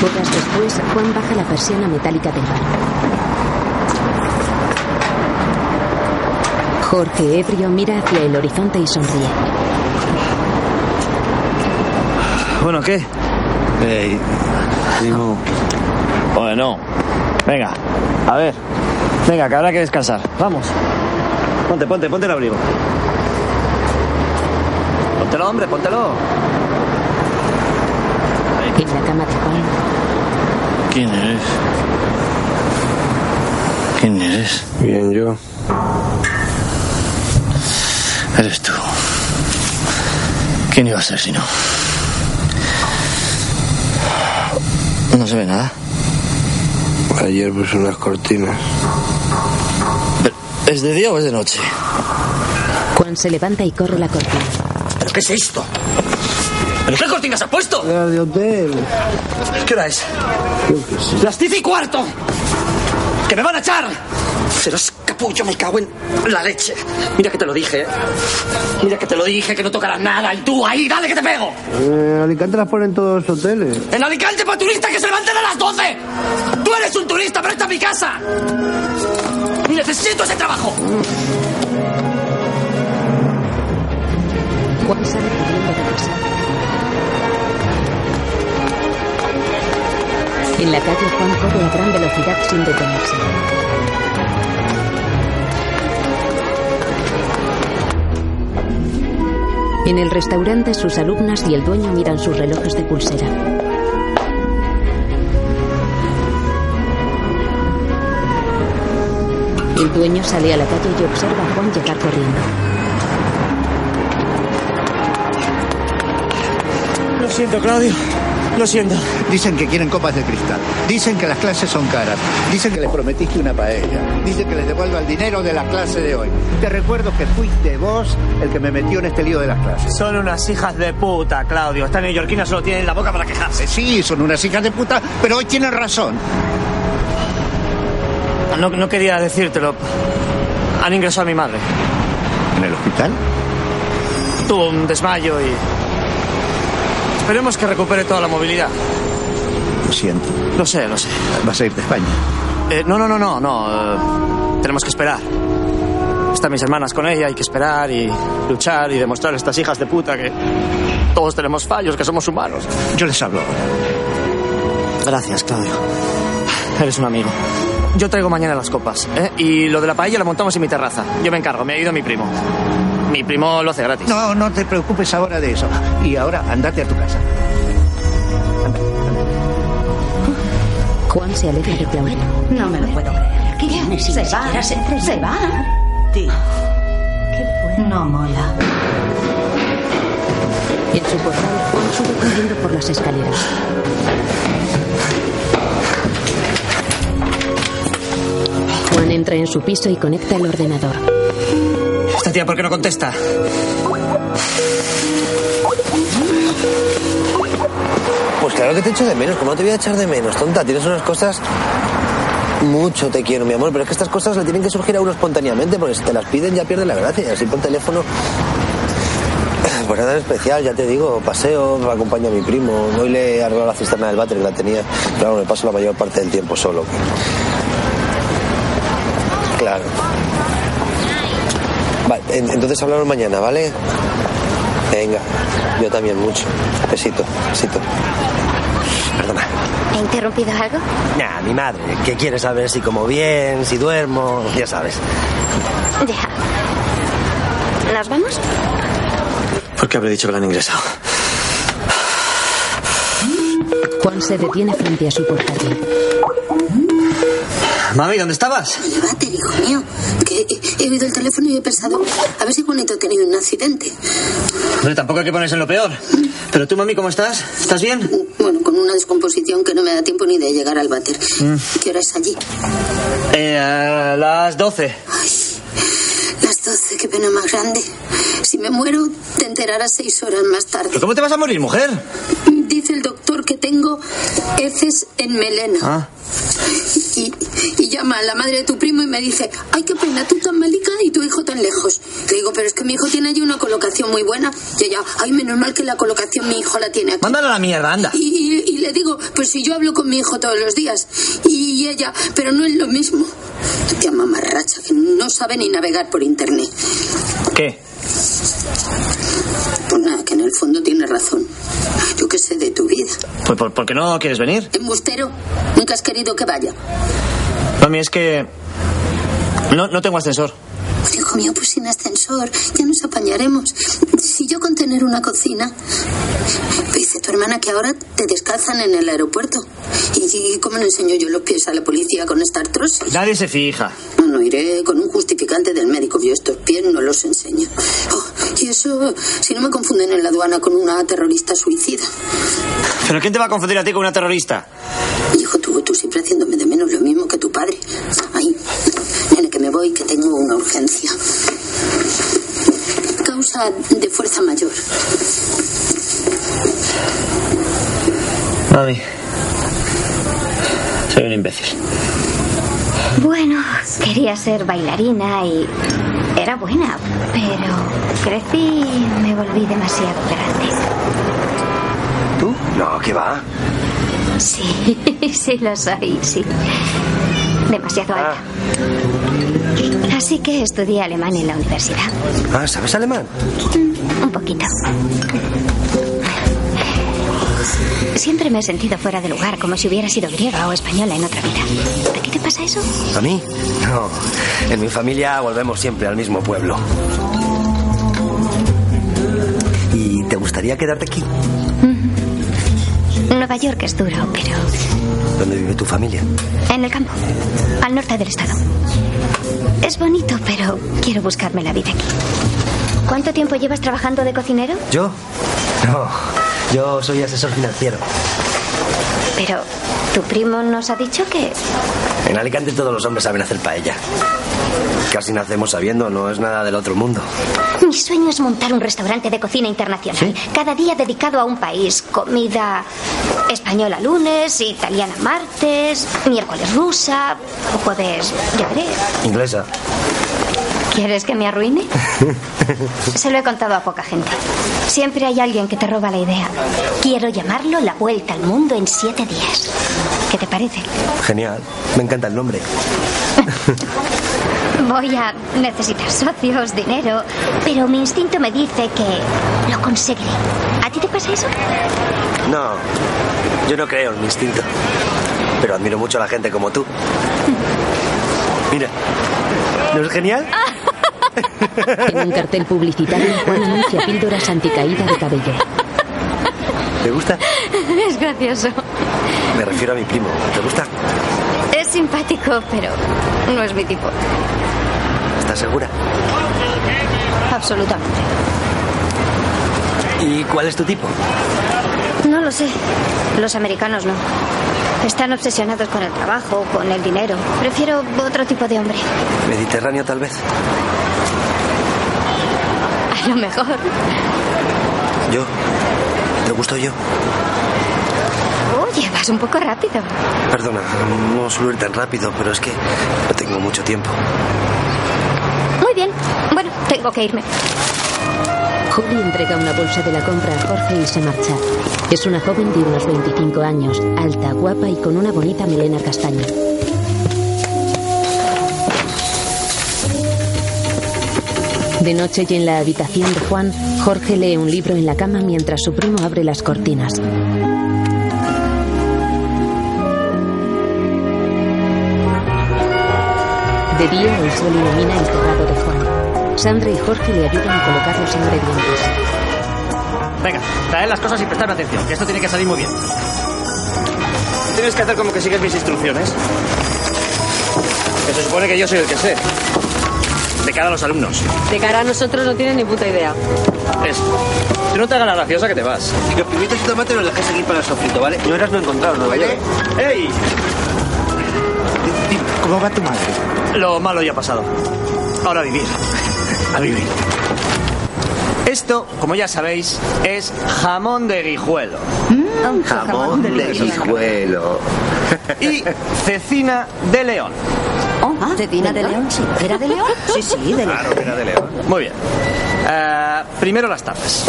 Speaker 1: Horas después, Juan baja la persiana metálica del bar. Jorge ebrio mira hacia el horizonte y sonríe.
Speaker 5: Bueno, ¿qué?
Speaker 3: Ey, primo.
Speaker 5: Bueno, venga, a ver. Venga, que habrá que descansar. Vamos. Ponte, ponte, ponte el abrigo. Póntelo, hombre, póntelo.
Speaker 1: En la cama de Juan,
Speaker 17: ¿Quién eres? ¿Quién eres?
Speaker 18: Bien, yo.
Speaker 17: Eres tú. ¿Quién iba a ser si no? No se ve nada.
Speaker 18: Ayer puse unas cortinas.
Speaker 5: ¿Es de día o es de noche?
Speaker 1: Juan se levanta y corre la cortina.
Speaker 5: ¿Pero qué es esto? ¿Pero qué cortinas has puesto?
Speaker 18: Las de hotel.
Speaker 5: ¿Qué hora es?
Speaker 18: Yo qué sé.
Speaker 5: ¡Las 10 y cuarto! ¡Que me van a echar! Serás capullo, me cago en la leche. Mira que te lo dije, ¿eh? Mira que te lo dije, que no tocarás nada. Y tú ahí, dale que te pego.
Speaker 18: Eh, Alicante las ponen en todos los hoteles.
Speaker 5: En Alicante para turistas que se levanten a las 12. Tú eres un turista, pero esta es mi casa. Y necesito ese trabajo.
Speaker 1: Juan sale corriendo de casa. En la calle, Juan corre a gran velocidad sin detenerse. En el restaurante, sus alumnas y el dueño miran sus relojes de pulsera. El dueño sale a la calle y observa a Juan llegar corriendo.
Speaker 5: Lo siento, Claudio. Lo siento.
Speaker 19: Dicen que quieren copas de cristal. Dicen que las clases son caras. Dicen que les prometiste una paella. Dicen que les devuelva el dinero de la clase de hoy. Te recuerdo que fuiste vos el que me metió en este lío de las clases.
Speaker 5: Son unas hijas de puta, Claudio. Estas neoyorquinas solo tienen la boca para quejarse.
Speaker 19: Eh, Sí, son unas hijas de puta, pero hoy tienen razón.
Speaker 5: Ah, No, no quería decírtelo. Han ingresado a mi madre.
Speaker 19: ¿En el hospital?
Speaker 5: Tuvo un desmayo y. Esperemos que recupere toda la movilidad.
Speaker 19: Lo siento.
Speaker 5: Lo sé, lo sé.
Speaker 19: Vas a ir de España.
Speaker 5: Eh, no, no, no, no, no. eh, tenemos que esperar. están mis hermanas con ella, hay que esperar y luchar y demostrar a estas hijas de puta que todos tenemos fallos, que somos humanos.
Speaker 19: Yo les hablo.
Speaker 5: Gracias, Claudio. Eres un amigo. Yo traigo mañana las copas, ¿eh? Y lo de la paella la montamos en mi terraza. Yo me encargo, me ha ido mi primo. Mi primo lo hace gratis.
Speaker 19: No, no te preocupes ahora de eso. Y ahora andate a tu casa.
Speaker 1: Juan se aleja de Claudio.
Speaker 12: No me lo puedo creer. ¿Qué viene sin se va, se, se va. Tío. No mola.
Speaker 1: En su portal, Juan sube corriendo por las escaleras. Juan entra en su piso y conecta el ordenador.
Speaker 5: Esta tía, ¿por qué no contesta?
Speaker 8: Pues claro que te echo de menos, ¿cómo no te voy a echar de menos, tonta? Tienes unas cosas... Mucho te quiero, mi amor, pero es que estas cosas le tienen que surgir a uno espontáneamente, porque si te las piden ya pierden la gracia. Y Así por teléfono... Pues nada en especial, ya te digo, paseo, acompaño a mi primo, hoy le arreglo la cisterna del váter que la tenía, claro, me paso la mayor parte del tiempo solo. Claro. Vale, en- entonces hablamos mañana, ¿vale? Venga, yo también mucho. Besito, besito. Perdona.
Speaker 4: ¿He interrumpido algo?
Speaker 8: Nah, mi madre, que quiere saber si como bien, si duermo, ya sabes.
Speaker 4: Ya. ¿Nos vamos?
Speaker 17: ¿Por qué habré dicho que la han ingresado?
Speaker 1: Juan se detiene frente a su portátil.
Speaker 5: Mami, ¿dónde estabas?
Speaker 11: El váter, hijo mío. Que he- he oído el teléfono y he pensado, a ver si Juanito ha tenido un accidente.
Speaker 5: Hombre, tampoco hay que ponerse en lo peor. Pero tú, mami, ¿cómo estás? ¿Estás bien?
Speaker 11: Bueno, con una descomposición que no me da tiempo ni de llegar al váter.
Speaker 5: Mm.
Speaker 11: ¿Qué hora es allí?
Speaker 5: Eh, a las 12.
Speaker 11: Las 12, qué pena más grande. Si me muero, te enterarás seis horas más tarde.
Speaker 5: ¿Pero cómo te vas a morir, mujer?
Speaker 11: Dice el doctor que tengo heces en melena.
Speaker 5: Ah.
Speaker 11: Y, y llama a la madre de tu primo y me dice, ay, qué pena, tú tan malica y tu hijo tan lejos. Le digo, pero es que mi hijo tiene allí una colocación muy buena. Y ella, ay, menos mal que la colocación mi hijo la tiene aquí.
Speaker 5: Mándala a la mierda, anda.
Speaker 11: Y, y- y le digo, pues si yo hablo con mi hijo todos los días. Y ella, pero no es lo mismo. La tía mamarracha que no sabe ni navegar por internet.
Speaker 5: ¿Qué?
Speaker 11: Pues nada, que en el fondo tiene razón. Yo qué sé de tu vida.
Speaker 5: Pues por, porque no quieres venir.
Speaker 11: Embustero, nunca has querido que vaya.
Speaker 5: Mami, es que. No, no tengo ascensor.
Speaker 11: Pues, hijo mío, pues sin ascensor, ya nos apañaremos. Si yo con tener una cocina. Dice tu hermana que ahora te descalzan en el aeropuerto. ¿Y, y cómo le enseño yo los pies a la policía con estar trozo?
Speaker 5: Nadie se fija.
Speaker 11: Bueno, iré con un justificante del médico. Yo estos pies no los enseño. Oh, y eso, si no me confunden en la aduana con una terrorista suicida.
Speaker 5: ¿Pero quién te va a confundir a ti con una terrorista?
Speaker 11: Hijo, tú, tú siempre haciéndome de menos lo mismo que tu padre. Ay, nene, que me voy, que tengo una urgencia. Causa de fuerza mayor.
Speaker 17: Mami. Soy un imbécil.
Speaker 4: Bueno, quería ser bailarina y era buena, pero crecí y me volví demasiado grande.
Speaker 8: ¿Tú? No, ¿qué va?
Speaker 4: Sí, sí lo soy, sí. Demasiado alta. Así que estudié alemán en la universidad.
Speaker 8: Ah, ¿sabes alemán?
Speaker 4: Un poquito. Siempre me he sentido fuera de lugar, como si hubiera sido griega o española en otra vida. ¿A qué te pasa eso?
Speaker 8: ¿A mí? No. En mi familia volvemos siempre al mismo pueblo. ¿Y te gustaría quedarte aquí?
Speaker 4: Nueva York es duro, pero
Speaker 8: ¿Dónde vive tu familia?
Speaker 4: en el campo, al norte del estado. Es bonito, pero quiero buscarme la vida aquí. ¿Cuánto tiempo llevas trabajando de cocinero?
Speaker 8: ¿Yo? No. Yo soy asesor financiero.
Speaker 4: Pero tu primo nos ha dicho que...
Speaker 8: En Alicante todos los hombres saben hacer paella. Casi nacemos sabiendo, no es nada del otro mundo.
Speaker 4: Mi sueño es montar un restaurante de cocina internacional, cada día dedicado a un país. Comida española lunes, italiana martes, miércoles rusa, jueves, ya veré.
Speaker 8: Inglesa.
Speaker 4: ¿Quieres que me arruine? Se lo he contado a poca gente. Siempre hay alguien que te roba la idea. Quiero llamarlo La Vuelta al Mundo en siete días. ¿Qué te parece?
Speaker 8: Genial. Me encanta el nombre.
Speaker 4: Voy a necesitar socios, dinero, pero mi instinto me dice que lo conseguiré. ¿A ti te pasa eso?
Speaker 8: No, yo no creo en mi instinto. Pero admiro mucho a la gente como tú. Mira, ¿no es genial?
Speaker 1: En un cartel publicitario, Juan anuncia píldoras anticaída de cabello.
Speaker 8: ¿Te gusta?
Speaker 6: Es gracioso.
Speaker 8: Me refiero a mi primo. ¿Te gusta?
Speaker 6: Es simpático, pero no es mi tipo.
Speaker 8: ¿Estás segura?
Speaker 6: Absolutamente.
Speaker 8: ¿Y cuál es tu tipo?
Speaker 4: No lo sé. Los americanos no. Están obsesionados con el trabajo, con el dinero. Prefiero otro tipo de hombre.
Speaker 8: Mediterráneo, tal vez.
Speaker 4: A lo mejor.
Speaker 8: Yo. ¿Te gusto yo?
Speaker 4: Oye, vas un poco rápido.
Speaker 8: Perdona, no suelo ir tan rápido, pero es que no tengo mucho tiempo.
Speaker 4: Muy bien. Bueno, tengo que irme.
Speaker 1: Julie entrega una bolsa de la compra a Jorge y se marcha. Es una joven de unos 25 años, alta, guapa y con una bonita melena castaña. De noche y en la habitación de Juan, Jorge lee un libro en la cama mientras su primo abre las cortinas. De día el sol ilumina el tejado de Juan. Sandra y Jorge le ayudan a colocar los ingredientes.
Speaker 5: Venga, traed las cosas y prestadme atención, que esto tiene que salir muy bien. Tienes que hacer como que sigues mis instrucciones. Que se supone que yo soy el que sé. De cara a los alumnos.
Speaker 6: De cara a nosotros no tiene ni puta idea.
Speaker 5: Es. Si no te hagas la graciosa que te vas.
Speaker 3: Si los pimientos y tomate los dejé seguir para el sofrito, ¿vale? No eras no encontraron, ¿no? ¿Vale?
Speaker 5: ¡Ey!
Speaker 19: ¿Cómo va tu madre?
Speaker 5: Lo malo ya ha pasado. Ahora a vivir. A vivir. Esto, como ya sabéis, es jamón de guijuelo.
Speaker 12: Mm,
Speaker 7: Jamón de guijuelo.
Speaker 5: Y cecina de león.
Speaker 12: Ah, ¿Cecina de León? Sí. ¿Era de León? Sí, sí, de León.
Speaker 7: Claro, que era de león.
Speaker 5: Muy bien. Eh, primero las tapas.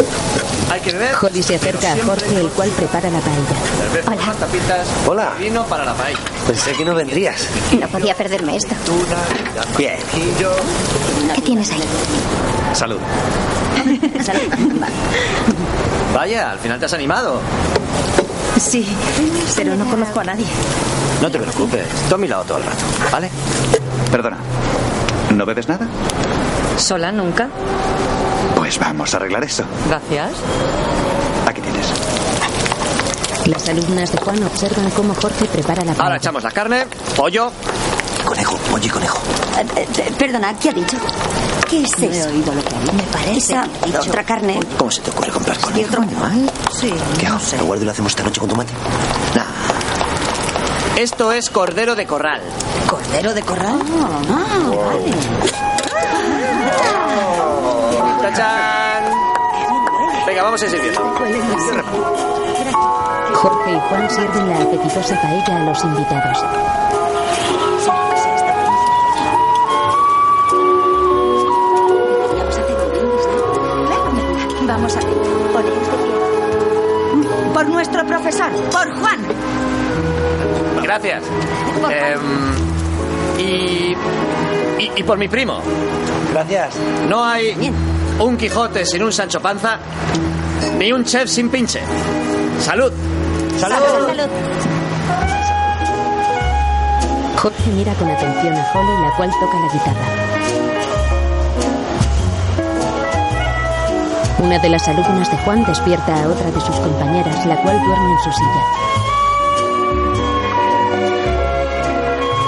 Speaker 5: Hay que beber.
Speaker 1: Holly se acerca a Jorge, el cual prepara la paella.
Speaker 5: Cerveza, unas tapitas.
Speaker 8: Hola.
Speaker 5: Vino para la paella.
Speaker 8: Pensé que no vendrías.
Speaker 4: No podía perderme esto.
Speaker 8: Bien.
Speaker 4: ¿Qué tienes ahí?
Speaker 5: Salud. Vaya, al final te has animado.
Speaker 20: Sí, pero no conozco a nadie.
Speaker 5: No te preocupes. Tú a mi lado todo el rato, ¿vale?
Speaker 7: Perdona. ¿No bebes nada?
Speaker 6: ¿Sola nunca?
Speaker 7: Pues vamos a arreglar eso.
Speaker 6: Gracias.
Speaker 7: Aquí tienes.
Speaker 1: Las alumnas de Juan observan cómo Jorge prepara la
Speaker 5: Ahora
Speaker 1: paella.
Speaker 5: echamos la carne, pollo.
Speaker 8: Conejo, pollo y conejo.
Speaker 12: Eh, eh, Perdona, ¿qué ha dicho? ¿Qué es eso? he oído lo que Me parece Esa, otra carne.
Speaker 8: ¿Cómo se te ocurre comprar
Speaker 12: ¿Y
Speaker 8: conejo?
Speaker 12: otro animal? Sí,
Speaker 8: ¿Qué
Speaker 12: no
Speaker 8: hago?
Speaker 12: sé.
Speaker 8: ¿Lo guardo y lo hacemos esta noche con tomate? Nah.
Speaker 5: Esto es cordero de corral. Oh.
Speaker 12: ¿Cordero de corral? Ah, vale.
Speaker 5: ¡Tachán! Venga, vamos a servir.
Speaker 1: Jorge y Juan sirven la apetitosa paella a los invitados.
Speaker 20: Vamos a
Speaker 2: este
Speaker 20: por, por nuestro profesor, por Juan.
Speaker 5: Gracias. Em, y, y. y por mi primo.
Speaker 8: Gracias.
Speaker 5: No hay un Quijote sin un Sancho Panza, ni un chef sin pinche. Salud.
Speaker 1: Jorge mira con atención a Holly, la cual toca la guitarra. Una de las alumnas de Juan despierta a otra de sus compañeras, la cual duerme en su silla.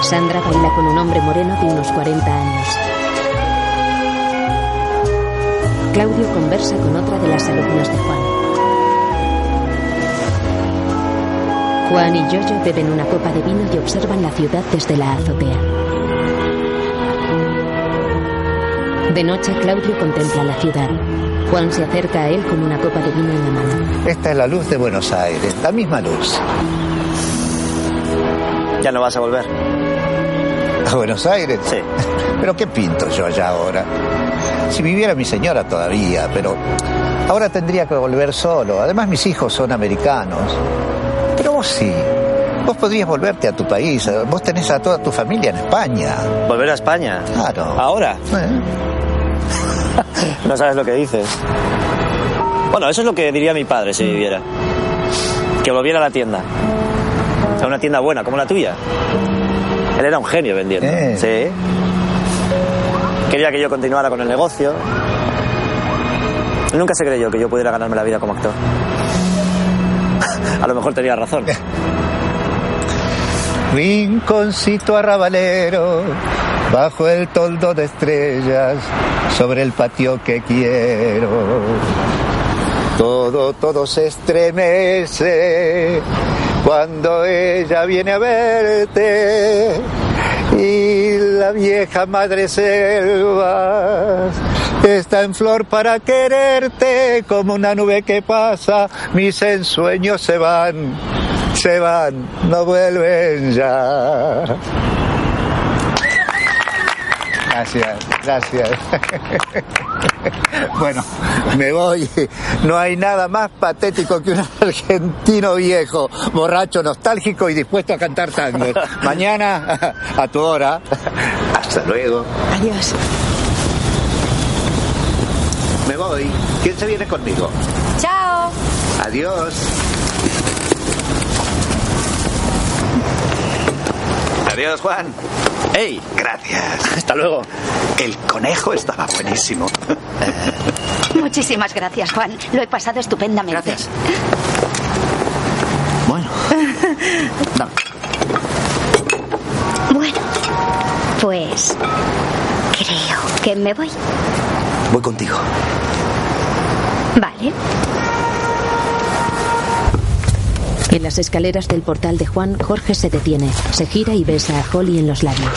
Speaker 1: Sandra baila con un hombre moreno de unos 40 años. Claudio conversa con otra de las alumnas de Juan. Juan y Yoyo beben una copa de vino y observan la ciudad desde la azotea. De noche, Claudio contempla la ciudad. Juan se acerca a él con una copa de vino en la mano.
Speaker 19: Esta es la luz de Buenos Aires, la misma luz.
Speaker 8: Ya no vas a volver.
Speaker 19: ¿A Buenos Aires?
Speaker 8: Sí.
Speaker 19: Pero ¿qué pinto yo allá ahora? Si viviera mi señora todavía, pero ahora tendría que volver solo. Además, mis hijos son americanos. Pero vos sí. Vos podrías volverte a tu país. Vos tenés a toda tu familia en España.
Speaker 5: ¿Volver a España?
Speaker 19: Claro.
Speaker 5: ¿Ahora? no sabes lo que dices. Bueno, eso es lo que diría mi padre si viviera. Que volviera a la tienda. A una tienda buena, como la tuya. Él era un genio vendiendo.
Speaker 19: Eh.
Speaker 5: Sí. Quería que yo continuara con el negocio. Nunca se creyó que yo pudiera ganarme la vida como actor. A lo mejor tenía razón.
Speaker 19: Rinconcito arrabalero, bajo el toldo de estrellas, sobre el patio que quiero. Todo, todo se estremece cuando ella viene a verte y la vieja madre selva está en flor para quererte como una nube que pasa, mis ensueños se van, se van, no vuelven ya. Gracias, gracias. Bueno, me voy. No hay nada más patético que un argentino viejo, borracho, nostálgico y dispuesto a cantar tangos. Mañana, a tu hora. Hasta luego.
Speaker 2: Adiós.
Speaker 19: Me voy. ¿Quién se viene conmigo?
Speaker 2: Chao.
Speaker 19: Adiós.
Speaker 21: Adiós, Juan.
Speaker 5: ¡Ey!
Speaker 21: Gracias.
Speaker 5: Hasta luego.
Speaker 21: El conejo estaba buenísimo.
Speaker 11: Muchísimas gracias, Juan. Lo he pasado estupendamente.
Speaker 5: Gracias. Bueno. Dame.
Speaker 4: Bueno, pues creo que me voy.
Speaker 8: Voy contigo.
Speaker 4: Vale.
Speaker 1: En las escaleras del portal de Juan, Jorge se detiene, se gira y besa a Holly en los labios.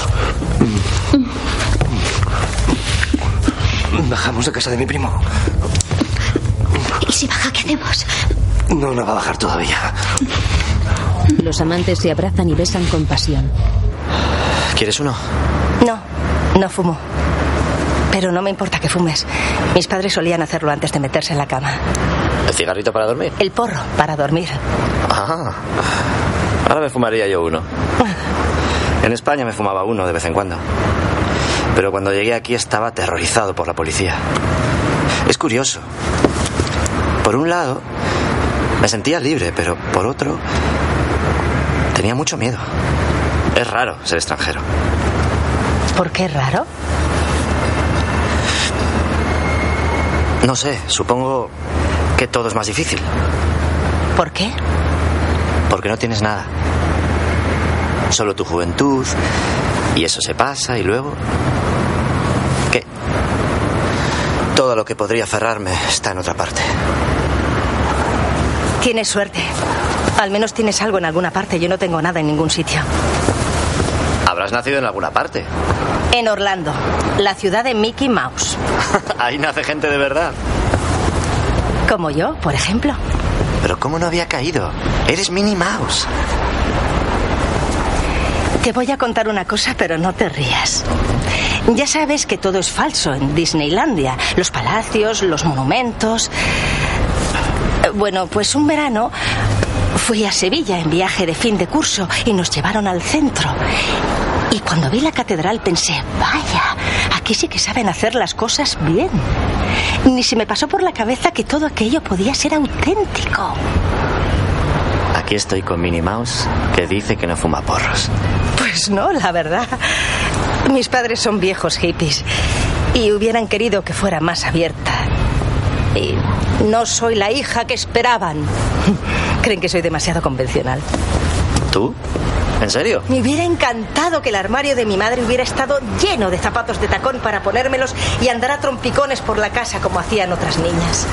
Speaker 8: Bajamos a casa de mi primo.
Speaker 4: ¿Y si baja, qué hacemos?
Speaker 8: No, no va a bajar todavía.
Speaker 1: Los amantes se abrazan y besan con pasión.
Speaker 22: ¿Quieres uno?
Speaker 9: No, no fumo. Pero no me importa que fumes. Mis padres solían hacerlo antes de meterse en la cama.
Speaker 5: ¿El cigarrito para dormir?
Speaker 9: El porro, para dormir.
Speaker 5: Ah. Ahora me fumaría yo uno. En España me fumaba uno de vez en cuando. Pero cuando llegué aquí estaba aterrorizado por la policía. Es curioso. Por un lado, me sentía libre, pero por otro, tenía mucho miedo. Es raro ser extranjero.
Speaker 9: ¿Por qué raro?
Speaker 5: No sé, supongo que todo es más difícil,
Speaker 9: ¿Por qué?
Speaker 5: porque no tienes nada. Solo tu juventud, y eso se pasa, y luego... ¿Qué? Todo a lo que podría aferrarme está en otra parte.
Speaker 9: Tienes suerte. Al menos tienes algo en alguna parte. Yo no tengo nada en ningún sitio.
Speaker 5: Habrás nacido en alguna parte.
Speaker 9: En Orlando, la ciudad de Mickey Mouse.
Speaker 5: Ahí nace gente de verdad.
Speaker 9: Como yo, por ejemplo.
Speaker 5: Pero ¿cómo no había caído? Eres Minnie Mouse.
Speaker 9: Te voy a contar una cosa, pero no te rías. Ya sabes que todo es falso en Disneylandia. Los palacios, los monumentos. Eh, Bueno, pues un verano fui a Sevilla en viaje de fin de curso y nos llevaron al centro. Y cuando vi la catedral pensé, vaya, aquí sí que saben hacer las cosas bien. Ni se me pasó por la cabeza que todo aquello podía ser auténtico.
Speaker 5: Aquí estoy con Minnie Mouse, que dice que no fuma porros.
Speaker 9: Pues no, la verdad. Mis padres son viejos hippies y hubieran querido que fuera más abierta. Y no soy la hija que esperaban. Creen que soy demasiado convencional.
Speaker 5: ¿Tú? ¿En serio?
Speaker 9: Me hubiera encantado que el armario de mi madre hubiera estado lleno de zapatos de tacón para ponérmelos y andar a trompicones por la casa como hacían otras niñas.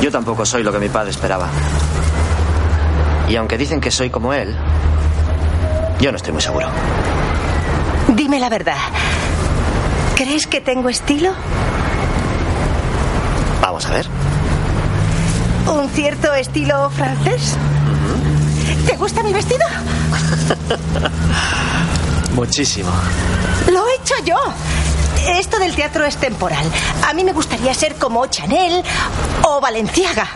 Speaker 5: Yo tampoco soy lo que mi padre esperaba. Y aunque dicen que soy como él, yo no estoy muy seguro.
Speaker 9: Dime la verdad. ¿Crees que tengo estilo?
Speaker 5: Vamos a ver.
Speaker 9: ¿Un cierto estilo francés? ¿Te gusta mi vestido?
Speaker 22: Muchísimo.
Speaker 9: Lo he hecho yo. Esto del teatro es temporal. A mí me gustaría ser como Chanel o Valenciaga.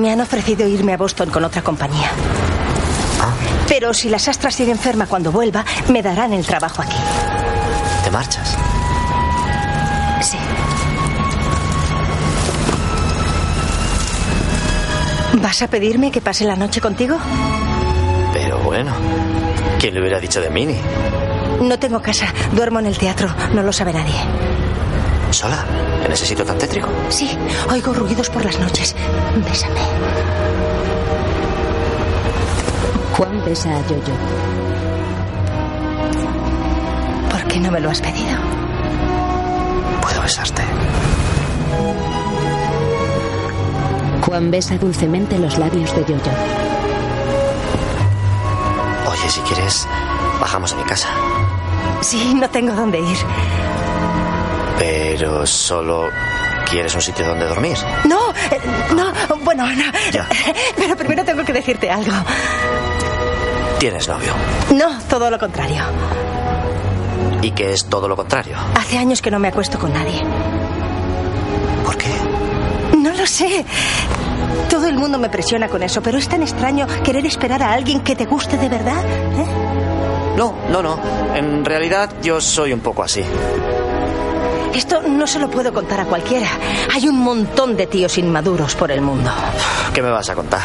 Speaker 9: Me han ofrecido irme a Boston con otra compañía. Pero si la sastra sigue enferma cuando vuelva, me darán el trabajo aquí.
Speaker 5: ¿Te marchas?
Speaker 9: Sí. ¿Vas a pedirme que pase la noche contigo?
Speaker 5: Pero bueno, ¿quién le hubiera dicho de Mini?
Speaker 9: No tengo casa, duermo en el teatro, no lo sabe nadie.
Speaker 5: ¿Sola? ¿En ese sitio tan tétrico?
Speaker 9: Sí, oigo ruidos por las noches. Bésame.
Speaker 1: Juan besa a Yoyo.
Speaker 9: ¿Por qué no me lo has pedido?
Speaker 5: Puedo besarte.
Speaker 1: Juan besa dulcemente los labios de Yoyo.
Speaker 5: Oye, si quieres, bajamos a mi casa.
Speaker 9: Sí, no tengo dónde ir.
Speaker 5: Pero solo quieres un sitio donde dormir.
Speaker 9: No, eh, no, bueno, no. Pero primero tengo que decirte algo.
Speaker 5: Tienes novio.
Speaker 9: No, todo lo contrario.
Speaker 5: ¿Y qué es todo lo contrario?
Speaker 9: Hace años que no me acuesto con nadie.
Speaker 5: ¿Por qué?
Speaker 9: No lo sé. Todo el mundo me presiona con eso, pero es tan extraño querer esperar a alguien que te guste de verdad. ¿eh?
Speaker 5: No, no, no. En realidad yo soy un poco así.
Speaker 9: Esto no se lo puedo contar a cualquiera. Hay un montón de tíos inmaduros por el mundo.
Speaker 5: ¿Qué me vas a contar?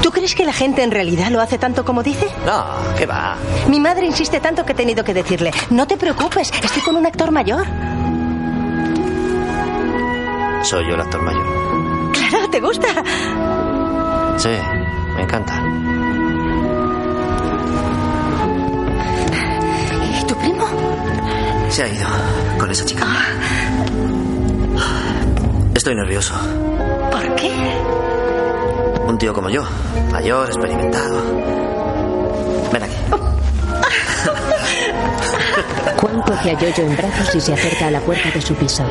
Speaker 9: ¿Tú crees que la gente en realidad lo hace tanto como dice?
Speaker 5: No, ¿qué va?
Speaker 9: Mi madre insiste tanto que he tenido que decirle, no te preocupes, estoy con un actor mayor.
Speaker 5: Soy yo el actor mayor.
Speaker 9: Claro, ¿te gusta?
Speaker 5: Sí, me encanta.
Speaker 9: ¿Y tu primo?
Speaker 5: Se ha ido con esa chica. Estoy nervioso.
Speaker 9: ¿Por qué?
Speaker 5: Un tío como yo, mayor, experimentado. Ven aquí.
Speaker 1: Juan coge a Yoyo en brazos y se acerca a la puerta de su piso.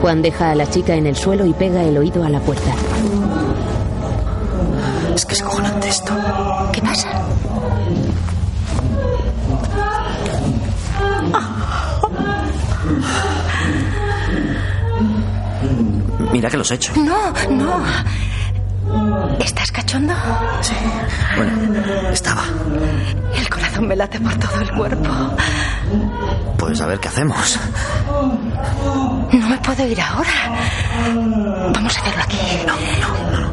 Speaker 1: Juan deja a la chica en el suelo y pega el oído a la puerta.
Speaker 5: Es que es cojonante esto.
Speaker 9: ¿Qué pasa?
Speaker 5: Mira que los he hecho.
Speaker 9: No, no. ¿Estás cachondo?
Speaker 5: Sí. Bueno, estaba.
Speaker 9: El corazón me late por todo el cuerpo.
Speaker 5: Pues a ver qué hacemos.
Speaker 9: No me puedo ir ahora. Vamos a hacerlo aquí.
Speaker 5: No, no, no,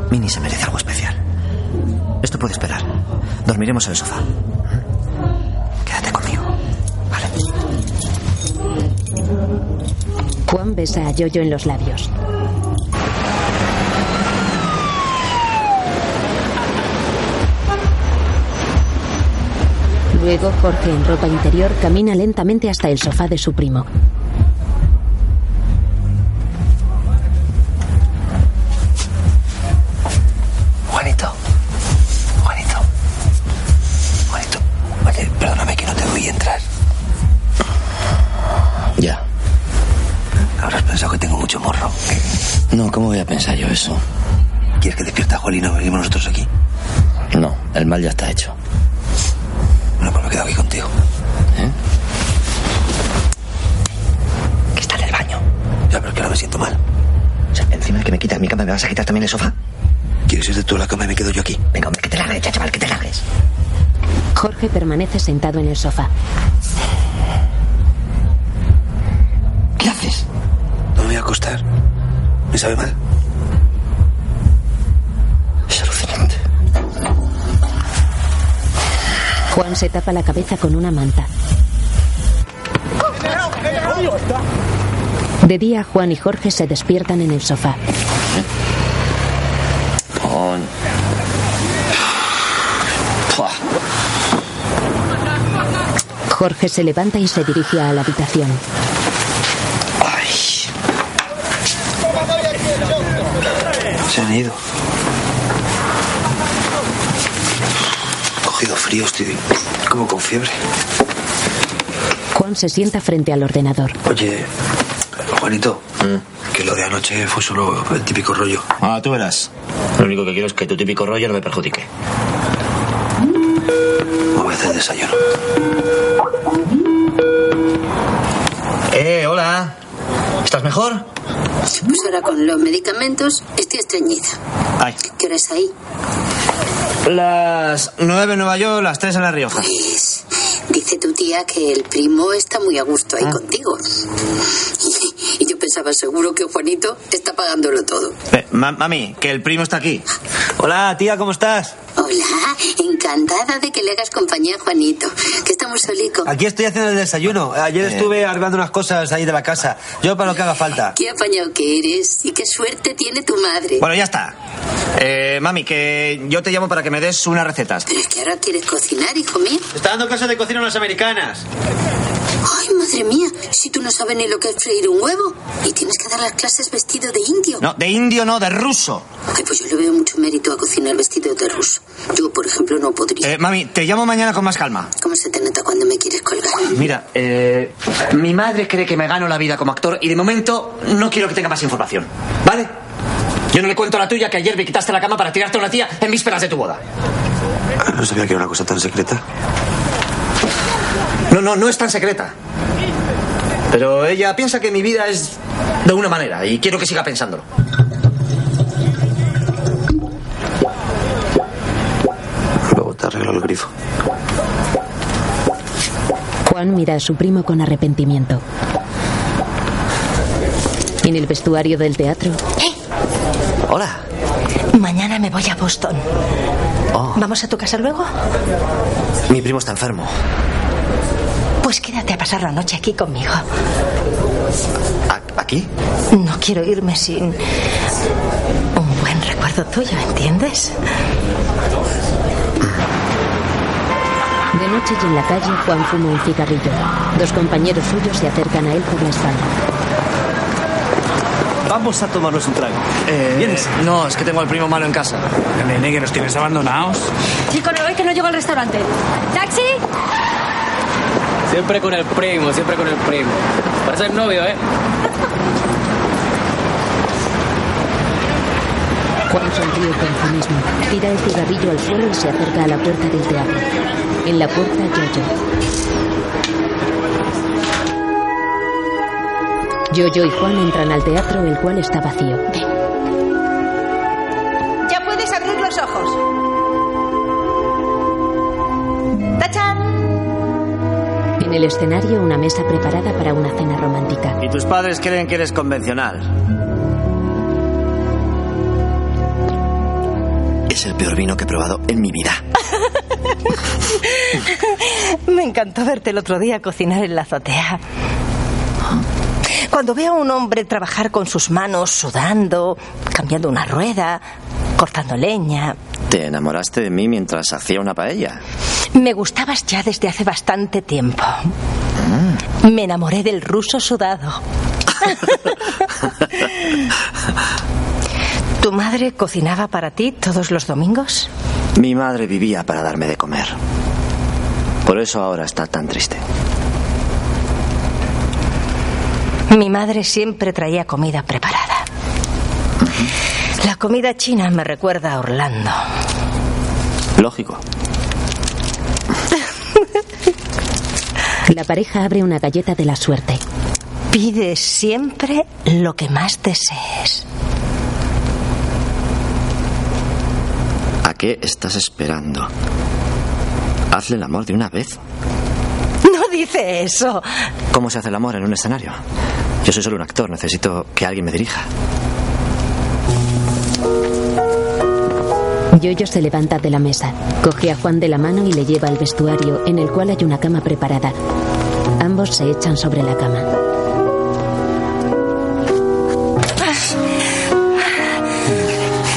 Speaker 5: no. Minnie se merece algo especial. Esto puede esperar. Dormiremos en el sofá. Quédate conmigo. Vale.
Speaker 1: Juan besa a Yoyo en los labios. Luego Jorge en ropa interior camina lentamente hasta el sofá de su primo.
Speaker 8: Juanito. Juanito. Juanito. Oye, perdóname que no te doy entrar.
Speaker 5: Ya.
Speaker 8: Habrás pensado que tengo mucho morro.
Speaker 5: No, ¿cómo voy a pensar yo eso?
Speaker 8: ¿Quieres que despierta a Juan y no venimos nosotros aquí?
Speaker 5: No, el mal ya está hecho.
Speaker 8: No, pues me quedo aquí contigo.
Speaker 5: ¿Eh?
Speaker 8: Que está en el baño. Ya, pero es que ahora me siento mal.
Speaker 5: O sea, encima de que me quitas mi cama, ¿me vas a quitar también el sofá?
Speaker 8: ¿Quieres irte tú a la cama y me quedo yo aquí?
Speaker 5: Venga, hombre, que te largues, ya, chaval, que te largues.
Speaker 1: Jorge permanece sentado en el sofá.
Speaker 5: ¿Qué haces?
Speaker 8: No me voy a acostar. ¿Me sabe mal?
Speaker 5: Es alucinante.
Speaker 1: Juan se tapa la cabeza con una manta. De día, Juan y Jorge se despiertan en el sofá.
Speaker 5: Pon. Pua.
Speaker 1: Jorge se levanta y se dirige a la habitación.
Speaker 5: Ay.
Speaker 8: Se han ido. He cogido frío, estoy como con fiebre.
Speaker 1: Juan se sienta frente al ordenador.
Speaker 8: Oye, Juanito, que lo de anoche fue solo el típico rollo.
Speaker 5: Mm. Ah, tú verás. Lo único que quiero es que tu típico rollo no me perjudique.
Speaker 8: Me voy a hacer desayuno.
Speaker 5: Eh, hola. ¿Estás mejor?
Speaker 11: Pues ahora con los medicamentos estoy estreñida.
Speaker 5: Ay.
Speaker 11: ¿Qué hora es ahí?
Speaker 5: Las nueve en Nueva York, las tres en La Rioja.
Speaker 11: Pues dice tu tía que el primo está muy a gusto ahí contigo. Y yo pensaba seguro que Juanito está pagándolo todo.
Speaker 5: Eh, ma- mami, que el primo está aquí. Hola, tía, ¿cómo estás?
Speaker 11: Hola, encantada de que le hagas compañía a Juanito, que está muy solico.
Speaker 8: Aquí estoy haciendo el desayuno. Ayer
Speaker 5: Bien.
Speaker 8: estuve arreglando unas cosas ahí de la casa. Yo para lo que haga falta.
Speaker 11: Qué apañado que eres y qué suerte tiene tu madre.
Speaker 5: Bueno, ya está. Eh, mami, que yo te llamo para que me des unas recetas.
Speaker 11: Pero es que ahora quieres cocinar, hijo mío.
Speaker 5: Está dando clases de cocina a las americanas.
Speaker 11: Ay, madre mía, si tú no sabes ni lo que es freír un huevo y tienes que dar las clases vestido de indio.
Speaker 5: No, de indio no, de ruso.
Speaker 11: Ay, pues yo le veo mucho mérito a cocinar vestido de ruso. Yo, por ejemplo, no podría.
Speaker 5: Eh, mami, te llamo mañana con más calma.
Speaker 11: ¿Cómo se te nota cuando me quieres colgar?
Speaker 5: Mira, eh, mi madre cree que me gano la vida como actor y de momento no quiero que tenga más información. ¿Vale? Yo no le cuento a la tuya que ayer me quitaste la cama para tirarte a una tía en vísperas de tu boda.
Speaker 23: No sabía que era una cosa tan secreta.
Speaker 5: No, no, no es tan secreta. Pero ella piensa que mi vida es de una manera y quiero que siga pensándolo.
Speaker 23: Luego te arreglo el grifo.
Speaker 1: Juan mira a su primo con arrepentimiento. En el vestuario del teatro,
Speaker 5: ¡Eh! Hola.
Speaker 24: Mañana me voy a Boston. ¿Vamos a tu casa luego?
Speaker 5: Oh, Mi primo está enfermo.
Speaker 24: Pues quédate a pasar la noche aquí conmigo.
Speaker 5: ¿Aquí?
Speaker 24: No quiero irme sin un buen recuerdo tuyo, ¿entiendes?
Speaker 1: de noche y en la calle, Juan fuma un cigarrillo. Dos compañeros suyos se acercan a él por la espalda.
Speaker 8: Vamos a tomarnos un trago.
Speaker 5: ¿Vienes? Eh, No, es que tengo al primo malo en casa.
Speaker 25: Nene, que nos tienes abandonados.
Speaker 6: Chico, no ve que no llego al restaurante. ¿Taxi?
Speaker 26: Siempre con el primo, siempre con el primo. Parece el novio, ¿eh?
Speaker 1: Juan sonríe con cinismo, tira el cigarrillo al suelo y se acerca a la puerta del teatro. En la puerta, Yoyo. Yoyo y Juan entran al teatro, el cual está vacío.
Speaker 27: Ya puedes abrir los ojos. ¡Tachán!
Speaker 1: En el escenario, una mesa preparada para una cena romántica.
Speaker 5: Y tus padres creen que eres convencional.
Speaker 26: Es el peor vino que he probado en mi vida.
Speaker 9: Me encantó verte el otro día cocinar en la azotea. Cuando veo a un hombre trabajar con sus manos, sudando, cambiando una rueda, cortando leña,
Speaker 28: Te enamoraste de mí mientras hacía una paella.
Speaker 9: me gustabas ya desde hace bastante tiempo. Me enamoré del ruso sudado. ¿Tu madre cocinaba para ti todos los domingos?
Speaker 28: Mi madre vivía para darme de comer. Por eso ahora está tan triste.
Speaker 9: Mi madre siempre traía comida preparada. La comida china me recuerda a Orlando.
Speaker 28: Lógico.
Speaker 1: La pareja abre una galleta de la suerte.
Speaker 9: Pide siempre lo que más desees.
Speaker 28: ¿A qué estás esperando? Hazle el amor de una vez.
Speaker 9: No dice eso.
Speaker 28: ¿Cómo se hace el amor en un escenario? Yo soy solo un actor, necesito que alguien me dirija.
Speaker 1: Yoyo se levanta de la mesa, coge a Juan de la mano y le lleva al vestuario, en el cual hay una cama preparada. Ambos se echan sobre la cama.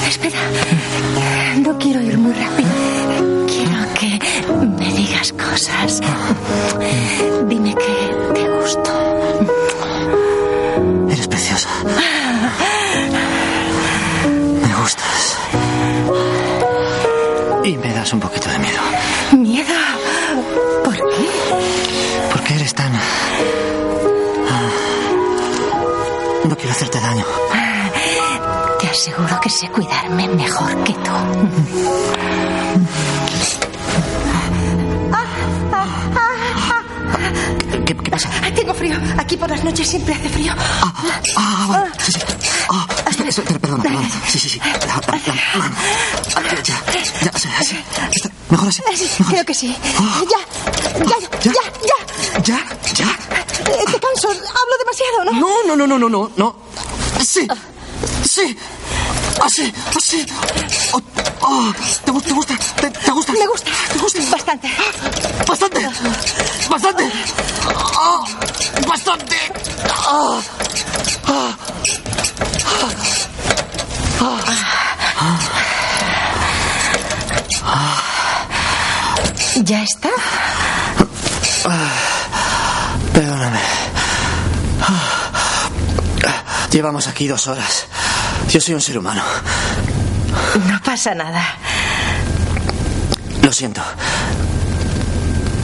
Speaker 2: Espera, no quiero ir muy rápido. Quiero que me digas cosas. Dime que te gusto.
Speaker 26: Eres preciosa. Me gustas. Y me das un poquito de miedo.
Speaker 2: ¿Miedo? ¿Por qué?
Speaker 26: ¿Por qué eres tan... ah, No quiero hacerte daño.
Speaker 2: Te aseguro que sé cuidarme mejor que tú.
Speaker 26: ¿Qué, qué pasa?
Speaker 1: Ah,
Speaker 2: Tengo frío. Aquí por las noches siempre hace frío. Oh, espera, espera, perdona, perdona. Sí, sí, sí. La- la- la mano. Ah, Ya, ya, así, así. Está- Mejor así. Oh.
Speaker 29: Creo que sí. Ya, ya, ya, ya.
Speaker 2: ¿Ya? ¿Ya?
Speaker 29: te canso, hablo demasiado, ¿no?
Speaker 2: No, no, no, no, no, no, no. Sí, sí. Así, así. Oh, oh, ¿Te gusta? ¿Te gusta? ¿Te, te gusta? Me gusta. ¿Te gusta? Ah,
Speaker 29: Bastante.
Speaker 2: Bastante. Bastante. Oh, bastante. Oh, oh.
Speaker 30: ¿Ya está?
Speaker 5: ah,
Speaker 2: Perdóname. Llevamos aquí dos horas. Yo soy un ser humano.
Speaker 9: No pasa nada.
Speaker 2: Lo siento.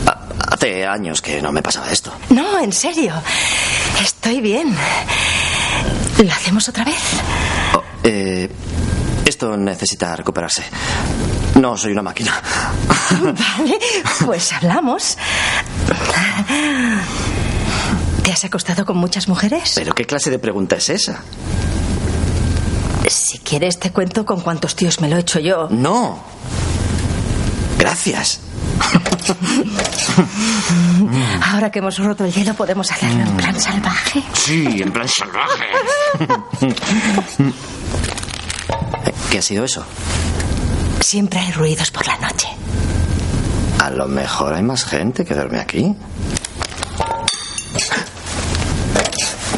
Speaker 2: Ha- Hace años que no me pasaba esto.
Speaker 9: No, en serio. Estoy bien. ¿Lo hacemos otra vez?
Speaker 5: Oh, eh, esto necesita recuperarse. No soy una máquina.
Speaker 9: Vale, pues hablamos. ¿Te has acostado con muchas mujeres?
Speaker 5: ¿Pero qué clase de pregunta es esa?
Speaker 9: Si quieres te cuento con cuántos tíos me lo he hecho yo.
Speaker 5: No. Gracias.
Speaker 9: Ahora que hemos roto el hielo podemos hacerlo en plan salvaje.
Speaker 5: Sí, en plan salvaje. ¿Qué ha sido eso?
Speaker 9: Siempre hay ruidos por la noche.
Speaker 5: A lo mejor hay más gente que duerme aquí.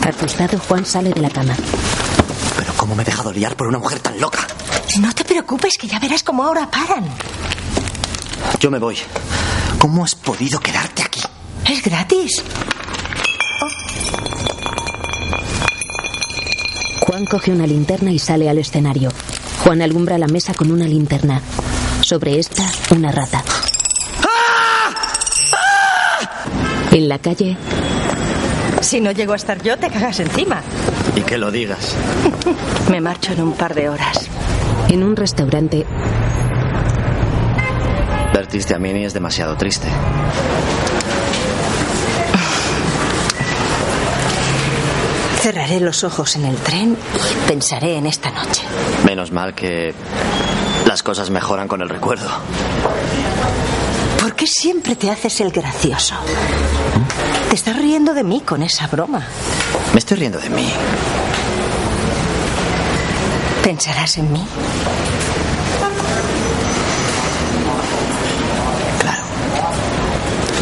Speaker 1: Asustado, Juan sale de la cama.
Speaker 2: Pero ¿cómo me he dejado liar por una mujer tan loca?
Speaker 9: No te preocupes que ya verás cómo ahora paran.
Speaker 2: Yo me voy. ¿Cómo has podido quedarte aquí?
Speaker 9: Es gratis.
Speaker 1: Juan coge una linterna y sale al escenario. Juan alumbra la mesa con una linterna. Sobre esta, una rata. En la calle,
Speaker 9: Si no llego a estar yo, te cagas encima.
Speaker 5: Y que lo digas.
Speaker 9: Me marcho en un par de horas.
Speaker 1: en un restaurante,
Speaker 5: Vertiste a Minnie es demasiado triste.
Speaker 9: Cerraré los ojos en el tren y pensaré en esta noche.
Speaker 5: Menos mal que las cosas mejoran con el recuerdo.
Speaker 9: ¿Por qué siempre te haces el gracioso? Te estás riendo de mí con esa broma.
Speaker 5: Me estoy riendo de mí.
Speaker 9: ¿Pensarás en mí?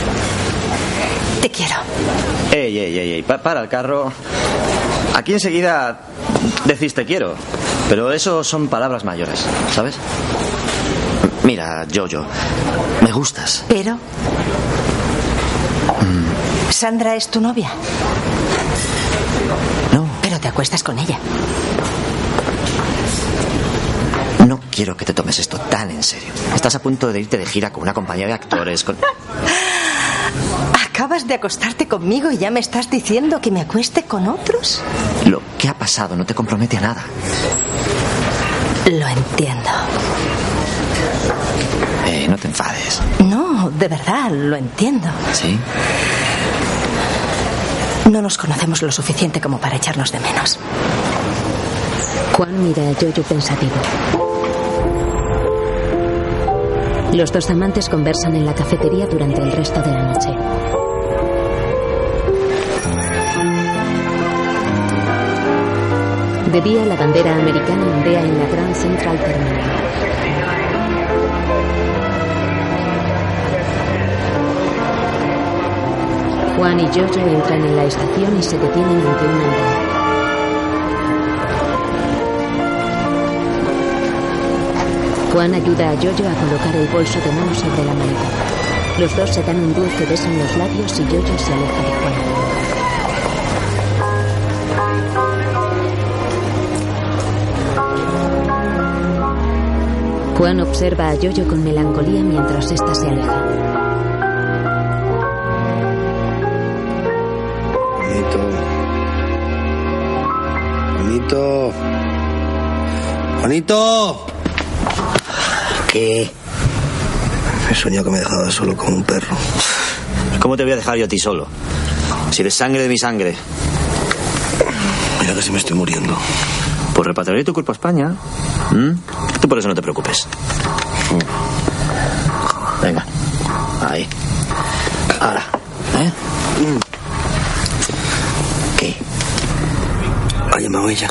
Speaker 9: Claro. Te quiero.
Speaker 5: Ey, ey, ey, ey, pa- para el carro. Aquí enseguida decís te quiero, pero eso son palabras mayores, ¿sabes? M- Mira, Jojo, me gustas.
Speaker 9: Pero... ¿Sandra es tu novia?
Speaker 5: No.
Speaker 9: Pero te acuestas con ella.
Speaker 5: No quiero que te tomes esto tan en serio. Estás a punto de irte de gira con una compañía de actores. Con...
Speaker 9: ¿Acabas de acostarte conmigo y ya me estás diciendo que me acueste con otros?
Speaker 5: Lo que ha pasado no te compromete a nada.
Speaker 9: Lo entiendo.
Speaker 5: Eh, no te enfades.
Speaker 9: No, de verdad, lo entiendo.
Speaker 5: ¿Sí?
Speaker 9: No nos conocemos lo suficiente como para echarnos de menos.
Speaker 1: Juan mira a Yoyo pensativo. Los dos amantes conversan en la cafetería durante el resto de la noche. De día, la bandera americana ondea en la Grand Central Terminal. Juan y Jojo entran en la estación y se detienen ante un andén. Juan ayuda a Yoyo a colocar el bolso de mano sobre la maleta. Los dos se dan un dulce beso en los labios y Yoyo se aleja de Juan. Juan observa a Yoyo con melancolía mientras ésta se aleja.
Speaker 8: Juanito. Juanito. Juanito.
Speaker 31: ¿Qué? He soñado que me dejaba solo con un perro.
Speaker 5: ¿Cómo te voy a dejar yo a ti solo? Si eres sangre de mi sangre.
Speaker 31: Mira que si me estoy muriendo.
Speaker 5: Pues repatriaré tu cuerpo a España. ¿Mm? Tú por eso no te preocupes. Venga. Ahí. Ahora. ¿Eh? ¿Qué?
Speaker 8: Ha llamado ella.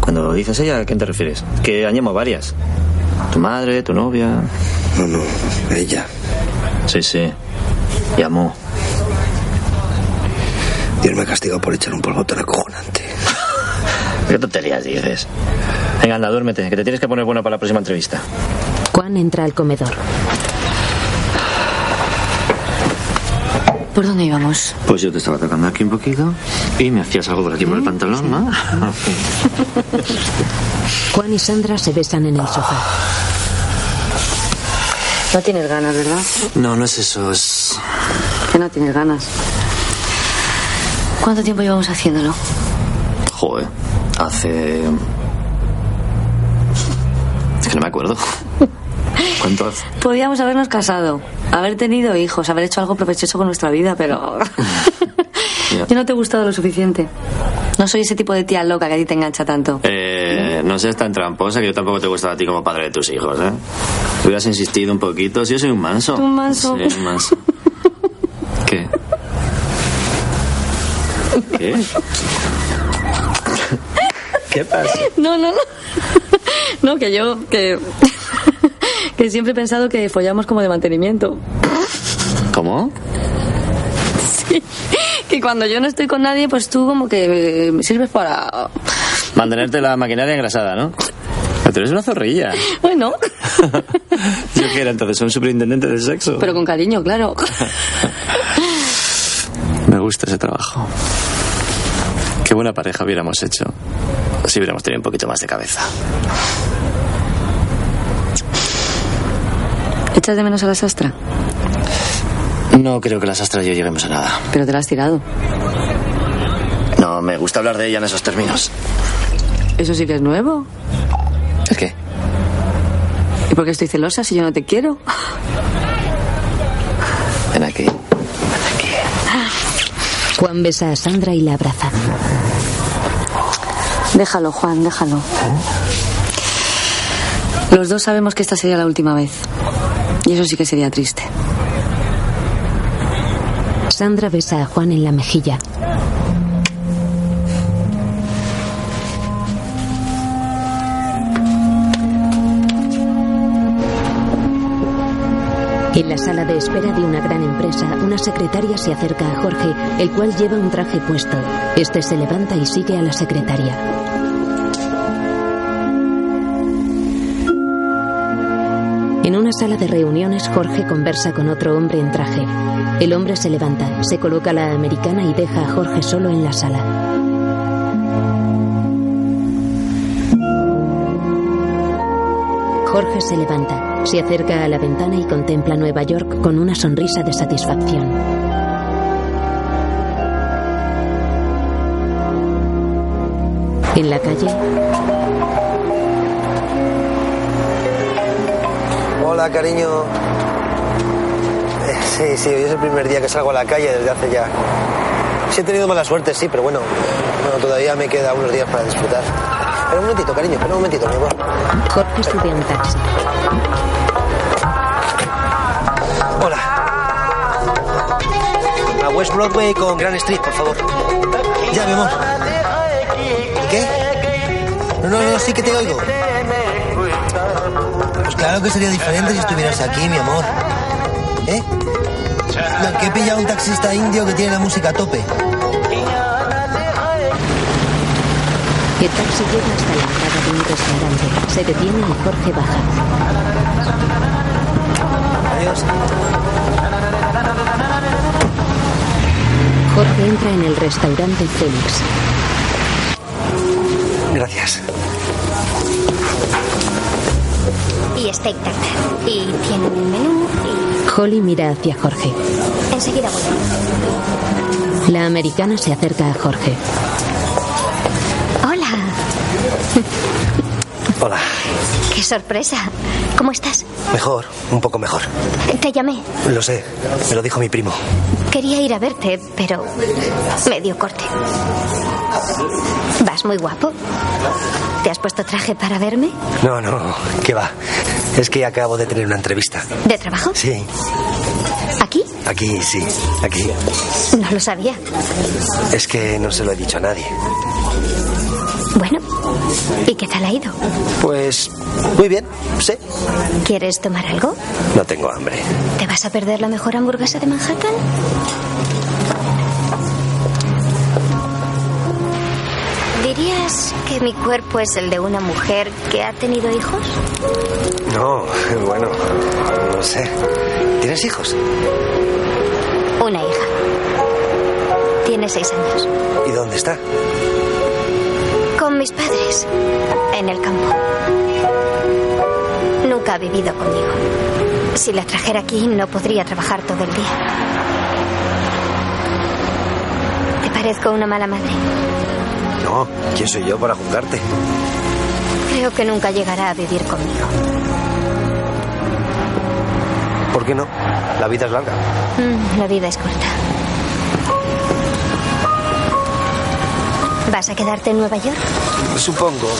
Speaker 5: Cuando dices ella, ¿a quién te refieres? Que han llamado varias. Tu madre, tu novia.
Speaker 8: No, no, ella.
Speaker 5: Sí, sí. Llamó.
Speaker 8: Dios me ha castigado por echar un polvo tan acojonante.
Speaker 5: ¿Qué tonterías dices? Venga, anda, duérmete, que te tienes que poner bueno para la próxima entrevista.
Speaker 1: Juan entra al comedor.
Speaker 6: ¿Por dónde íbamos?
Speaker 32: Pues yo te estaba tocando aquí un poquito y me hacías algo por aquí por el pantalón, ¿no?
Speaker 1: Juan y Sandra se besan en el sofá.
Speaker 6: No tienes ganas, ¿verdad?
Speaker 32: No, no es eso, es...
Speaker 6: Que no tienes ganas. ¿Cuánto tiempo llevamos haciéndolo?
Speaker 32: Joder, hace... Es que no me acuerdo. ¿Cuánto hace?
Speaker 6: Podíamos habernos casado, haber tenido hijos, haber hecho algo provechoso con nuestra vida, pero.
Speaker 32: Ya.
Speaker 6: Yo no te he gustado lo suficiente. No soy ese tipo de tía loca que a ti te engancha tanto.
Speaker 32: Eh, no seas tan tramposa que yo tampoco te he gustado a ti como padre de tus hijos, ¿eh? Hubieras insistido un poquito. Si yo soy un manso.
Speaker 6: Tú un manso.
Speaker 32: Sí, un manso. ¿Qué? ¿Qué? ¿Qué pasa?
Speaker 6: No, no, no. No, que yo. que. que siempre he pensado que follamos como de mantenimiento.
Speaker 32: ¿Cómo?
Speaker 6: Sí. Que cuando yo no estoy con nadie, pues tú como que eh, sirves para.
Speaker 32: Mantenerte la maquinaria engrasada, ¿no? Pero Tú eres una zorrilla.
Speaker 6: Bueno,
Speaker 32: Yo que era entonces un superintendente de sexo.
Speaker 6: pero con cariño, claro.
Speaker 32: Me gusta ese trabajo. Qué buena pareja hubiéramos hecho si hubiéramos tenido un poquito más de cabeza.
Speaker 6: ¿Echas de menos a la sastra?
Speaker 32: No creo que las astras y yo lleguemos a nada.
Speaker 6: Pero te la has tirado.
Speaker 32: No, me gusta hablar de ella en esos términos.
Speaker 6: Eso sí que es nuevo.
Speaker 32: ¿Es qué?
Speaker 6: ¿Y por qué estoy celosa si yo no te quiero?
Speaker 32: Ven aquí.
Speaker 1: Juan besa a Sandra y la abraza.
Speaker 6: Déjalo, Juan, déjalo. Los dos sabemos que esta sería la última vez. Y eso sí que sería triste.
Speaker 1: Sandra besa a Juan en la mejilla. En la sala de espera de una gran empresa, una secretaria se acerca a Jorge, el cual lleva un traje puesto. Este se levanta y sigue a la secretaria. En una sala de reuniones, Jorge conversa con otro hombre en traje. El hombre se levanta, se coloca la americana y deja a Jorge solo en la sala. Jorge se levanta, se acerca a la ventana y contempla Nueva York con una sonrisa de satisfacción. En la calle,
Speaker 8: Hola, cariño. Eh, Sí, sí, hoy es el primer día que salgo a la calle desde hace ya. Sí he tenido mala suerte, sí, pero bueno, bueno, todavía me queda unos días para disfrutar. Espera un momentito, cariño, espera un momentito, mi amor.
Speaker 1: Jorge sube a un taxi.
Speaker 8: Hola. A West Broadway con Grand Street, por favor. Ya, mi amor. ¿Y qué? No, no, no, sí que te oigo. Pues claro que sería diferente si estuvieras aquí, mi amor. ¿Eh? No, que he pillado un taxista indio que tiene la música a tope.
Speaker 1: El taxi llega hasta la entrada de un restaurante. Se detiene y Jorge baja.
Speaker 8: Adiós.
Speaker 1: Jorge entra en el restaurante Fénix.
Speaker 8: Gracias.
Speaker 4: Y steak tartar. Y tienen un menú
Speaker 1: Holly mira hacia Jorge.
Speaker 4: y enseguida vuelvo.
Speaker 1: La americana se acerca a Jorge.
Speaker 4: Hola.
Speaker 8: Hola.
Speaker 4: Qué sorpresa. ¿Cómo estás?
Speaker 8: Mejor, un poco mejor.
Speaker 4: Te llamé.
Speaker 8: Lo sé, me lo dijo mi primo.
Speaker 4: Quería ir a verte, pero me dio corte. ¿Vas muy guapo? ¿Te has puesto traje para verme?
Speaker 8: No, no, ¿qué va? Es que acabo de tener una entrevista.
Speaker 4: ¿De trabajo?
Speaker 8: Sí,
Speaker 4: ¿Aquí?
Speaker 8: aquí, sí, aquí.
Speaker 4: No lo sabía.
Speaker 8: Es que no se lo he dicho a nadie.
Speaker 4: Bueno, ¿y qué tal ha ido?
Speaker 8: Pues muy bien, sí.
Speaker 4: ¿Quieres tomar algo?
Speaker 8: No tengo hambre.
Speaker 4: ¿Te vas a perder la mejor hamburguesa de Manhattan? ¿Dirías que mi cuerpo es el de una mujer que ha tenido hijos?
Speaker 8: No, bueno, no sé. ¿Tienes hijos?
Speaker 4: Una hija. Tiene seis años.
Speaker 8: ¿Y dónde está?
Speaker 4: Con mis padres. En el campo. Nunca ha vivido conmigo. Si la trajera aquí no podría trabajar todo el día. Te parezco una mala madre.
Speaker 8: No, ¿quién soy yo para juzgarte?
Speaker 4: Creo que nunca llegará a vivir conmigo.
Speaker 8: ¿Por qué no? La vida es larga.
Speaker 4: Mm, la vida es corta. ¿Vas a quedarte en Nueva York?
Speaker 8: Supongo.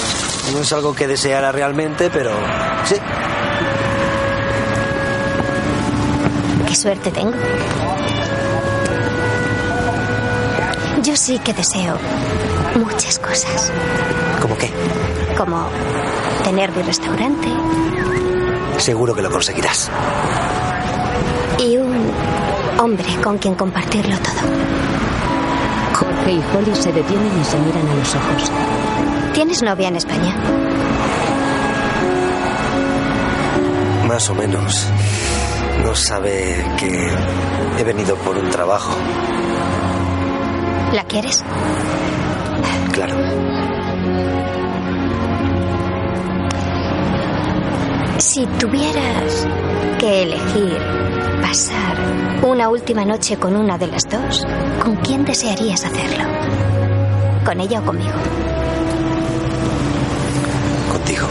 Speaker 8: No es algo que deseara realmente, pero sí.
Speaker 4: Qué suerte tengo. Yo sí que deseo muchas cosas,
Speaker 8: ¿Cómo qué?
Speaker 4: como tener mi restaurante
Speaker 8: Seguro que lo conseguirás.
Speaker 4: y un hombre con quien compartirlo todo.
Speaker 1: Jorge y Holly se detienen y se miran a los ojos.
Speaker 4: ¿Tienes novia en España?
Speaker 8: Más o menos. No sabe que he venido por un trabajo.
Speaker 4: ¿La quieres?
Speaker 8: Claro.
Speaker 4: Si tuvieras que elegir pasar una última noche con una de las dos, ¿con quién desearías hacerlo? ¿Con ella o conmigo?
Speaker 8: Contigo.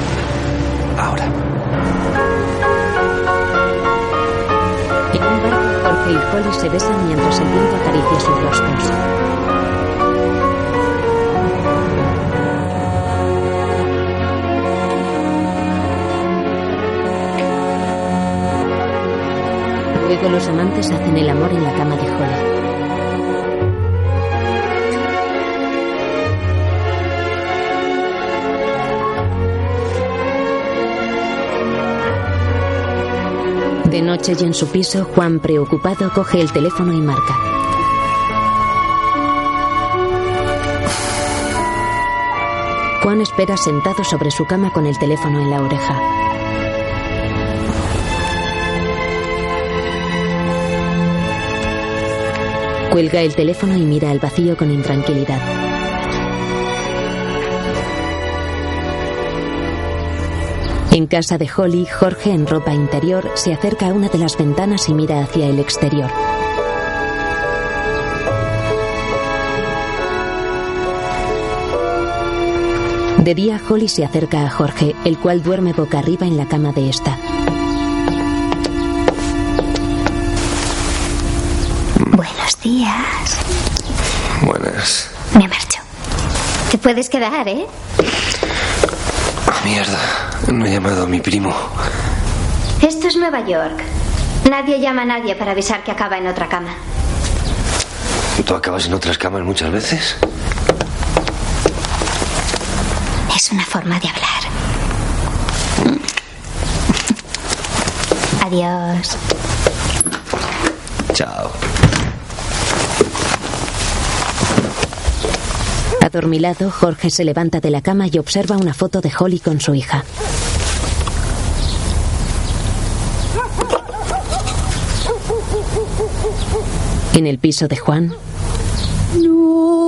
Speaker 8: Ahora.
Speaker 1: En un barco, Jorge y Holly se besan mientras el viento acaricia sus rostros. Luego los amantes hacen el amor en la cama de Holly. De noche y en su piso, Juan preocupado coge el teléfono y marca. Juan espera sentado sobre su cama con el teléfono en la oreja. Cuelga el teléfono y mira al vacío con intranquilidad. En casa de Holly, Jorge en ropa interior se acerca a una de las ventanas y mira hacia el exterior. De día, Holly se acerca a Jorge, el cual duerme boca arriba en la cama de esta.
Speaker 4: Buenos días.
Speaker 8: Buenas.
Speaker 4: Me marcho. Te puedes quedar, ¿eh?
Speaker 8: Mierda. No he llamado a mi primo.
Speaker 4: Esto es Nueva York. Nadie llama a nadie para avisar que acaba en otra cama.
Speaker 8: ¿Tú acabas en otras camas muchas veces?
Speaker 4: Es una forma de hablar. Adiós.
Speaker 8: Chao.
Speaker 1: Adormilado, Jorge se levanta de la cama y observa una foto de Holly con su hija. En el piso de Juan,
Speaker 2: No. Oh.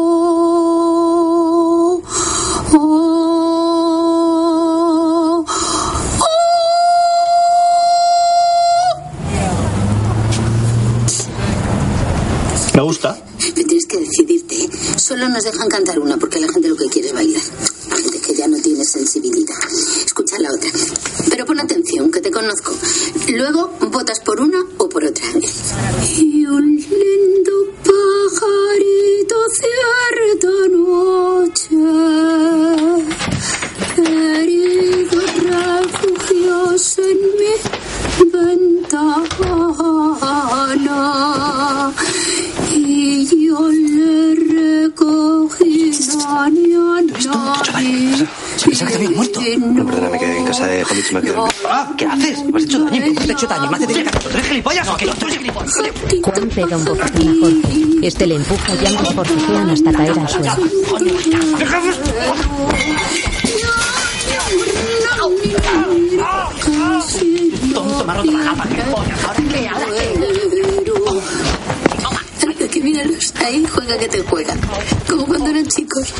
Speaker 5: Me gusta.
Speaker 11: Pero tienes que decidirte, ¿eh? Solo nos dejan cantar una porque la gente lo que quiere es bailar. Gente que ya no tiene sensibilidad. Escucha la otra. Pero pon atención, que te conozco. Luego votas por una o por otra.
Speaker 2: Y un lindo pajarito cierto no
Speaker 11: Pensaba que te había muerto.
Speaker 8: No, perdona, me quedé en casa de Hobbits y me quedé.
Speaker 5: Ah, ¿Qué haces? ¿Me has hecho daño? ¿Cómo te he hecho daño? ¿Me haces daño? ¿Tú eres gilipollas o qué? ¿Tú eres gilipollas?
Speaker 2: pues, eh,
Speaker 1: Juan pega un bofetón a Jorge. Este le empuja y ambos forcejean hasta caer al suelo.
Speaker 5: Tonto, me ha roto la capa, gilipollas. ¿Ahora qué
Speaker 11: Toma, que míralos. Ahí juega que te juegan. Como cuando eran chicos.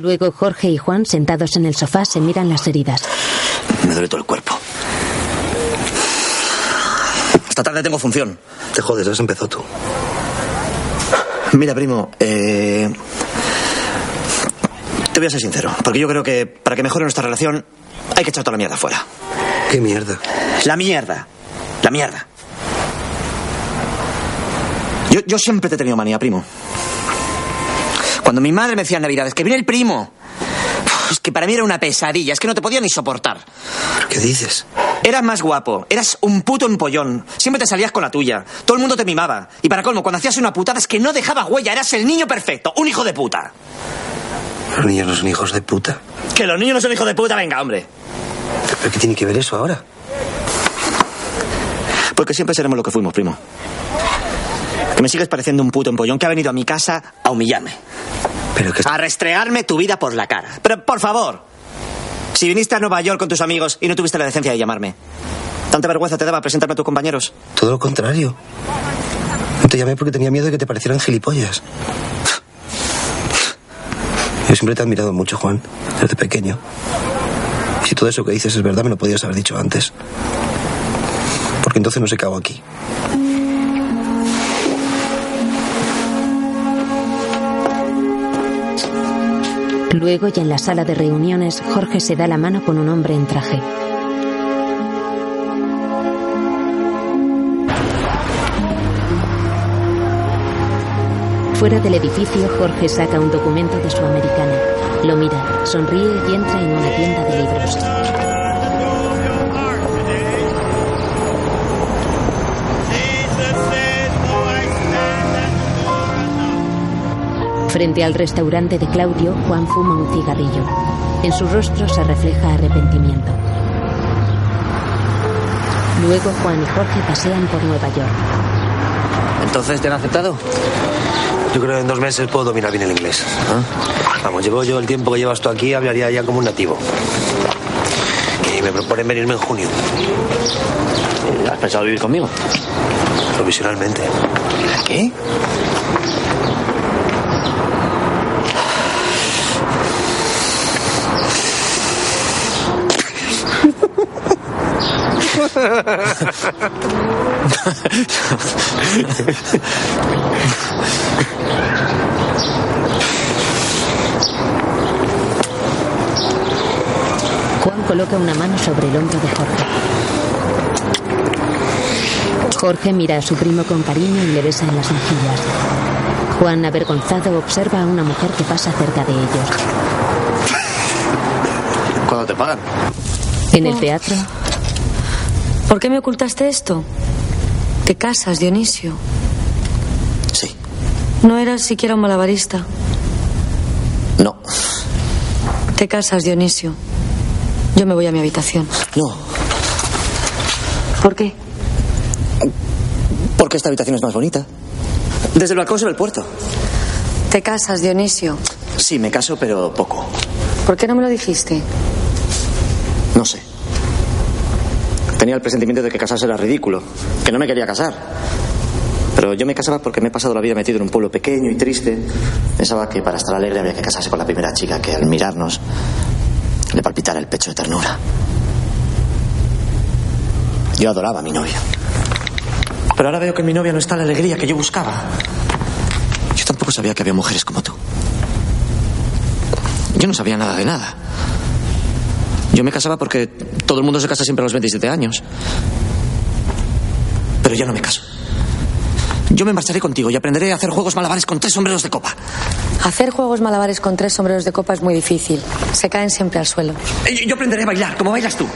Speaker 1: Luego Jorge y Juan, sentados en el sofá, se miran las heridas.
Speaker 8: Me duele todo el cuerpo.
Speaker 5: Esta tarde tengo función.
Speaker 8: Te jodes, has empezado tú.
Speaker 5: Mira, primo, eh, te voy a ser sincero, porque yo creo que para que mejore nuestra relación hay que echar toda la mierda fuera.
Speaker 8: ¿Qué mierda?
Speaker 5: La mierda. La mierda. Yo, yo siempre te he tenido manía, primo. Cuando mi madre me decía en Navidades que viene el primo. Es que para mí era una pesadilla, es que no te podía ni soportar.
Speaker 8: ¿Qué dices?
Speaker 5: Eras más guapo, eras un puto empollón, siempre te salías con la tuya, todo el mundo te mimaba. Y para colmo, cuando hacías una putada es que no dejabas huella, eras el niño perfecto, un hijo de puta.
Speaker 8: Los niños no son hijos de puta.
Speaker 5: Que los niños no son hijos de puta, venga, hombre.
Speaker 8: ¿Pero qué tiene que ver eso ahora?
Speaker 5: Porque siempre seremos lo que fuimos, primo. Que me sigues pareciendo un puto empollón que ha venido a mi casa a humillarme.
Speaker 8: Pero que...
Speaker 5: A restrearme tu vida por la cara. Pero, por favor, si viniste a Nueva York con tus amigos y no tuviste la decencia de llamarme, ¿tanta vergüenza te daba presentarme a tus compañeros?
Speaker 8: Todo lo contrario. No te llamé porque tenía miedo de que te parecieran gilipollas. Yo siempre te he admirado mucho, Juan, desde pequeño. Y si todo eso que dices es verdad, me lo podías haber dicho antes. Porque entonces no sé qué hago aquí.
Speaker 1: Luego, y en la sala de reuniones, Jorge se da la mano con un hombre en traje. Fuera del edificio, Jorge saca un documento de su americana. Lo mira, sonríe y entra en una tienda de libros. Frente al restaurante de Claudio, Juan fuma un cigarrillo. En su rostro se refleja arrepentimiento. Luego Juan y Jorge pasean por Nueva York.
Speaker 5: Entonces, ¿te han aceptado?
Speaker 8: Yo creo que en dos meses puedo dominar bien el inglés. Vamos, llevo yo el tiempo que llevas tú aquí, hablaría ya como un nativo. Y me proponen venirme en junio,
Speaker 5: ¿Has pensado vivir conmigo?
Speaker 8: provisionalmente.
Speaker 5: ¿Qué?
Speaker 1: Juan coloca una mano sobre el hombro de Jorge. Jorge mira a su primo con cariño y le besa en las mejillas. Juan, avergonzado, observa a una mujer que pasa cerca de ellos.
Speaker 5: ¿Cuándo te pagan?
Speaker 1: En el teatro,
Speaker 6: ¿Por qué me ocultaste esto? Te casas, Dionisio.
Speaker 5: Sí.
Speaker 6: No eras siquiera un malabarista.
Speaker 5: No.
Speaker 6: Te casas, Dionisio. Yo me voy a mi habitación.
Speaker 5: No.
Speaker 6: ¿Por qué?
Speaker 5: Porque esta habitación es más bonita. Desde el balcón se ve el puerto.
Speaker 6: Te casas, Dionisio.
Speaker 5: Sí, me caso, pero poco.
Speaker 6: ¿Por qué no me lo dijiste?
Speaker 5: No sé. Tenía el presentimiento de que casarse era ridículo, que no me quería casar. Pero yo me casaba porque me he pasado la vida metido en un pueblo pequeño y triste. Pensaba que para estar alegre había que casarse con la primera chica que al mirarnos le palpitara el pecho de ternura. Yo adoraba a mi novia. Pero ahora veo que en mi novia no está la alegría que yo buscaba. Yo tampoco sabía que había mujeres como tú. Yo no sabía nada de nada. Yo me casaba porque todo el mundo se casa siempre a los 27 años. Pero ya no me caso. Yo me marcharé contigo y aprenderé a hacer juegos malabares con tres sombreros de copa.
Speaker 6: Hacer juegos malabares con tres sombreros de copa es muy difícil. Se caen siempre al suelo.
Speaker 5: Y Eh, Yo aprenderé a bailar, como bailas tú.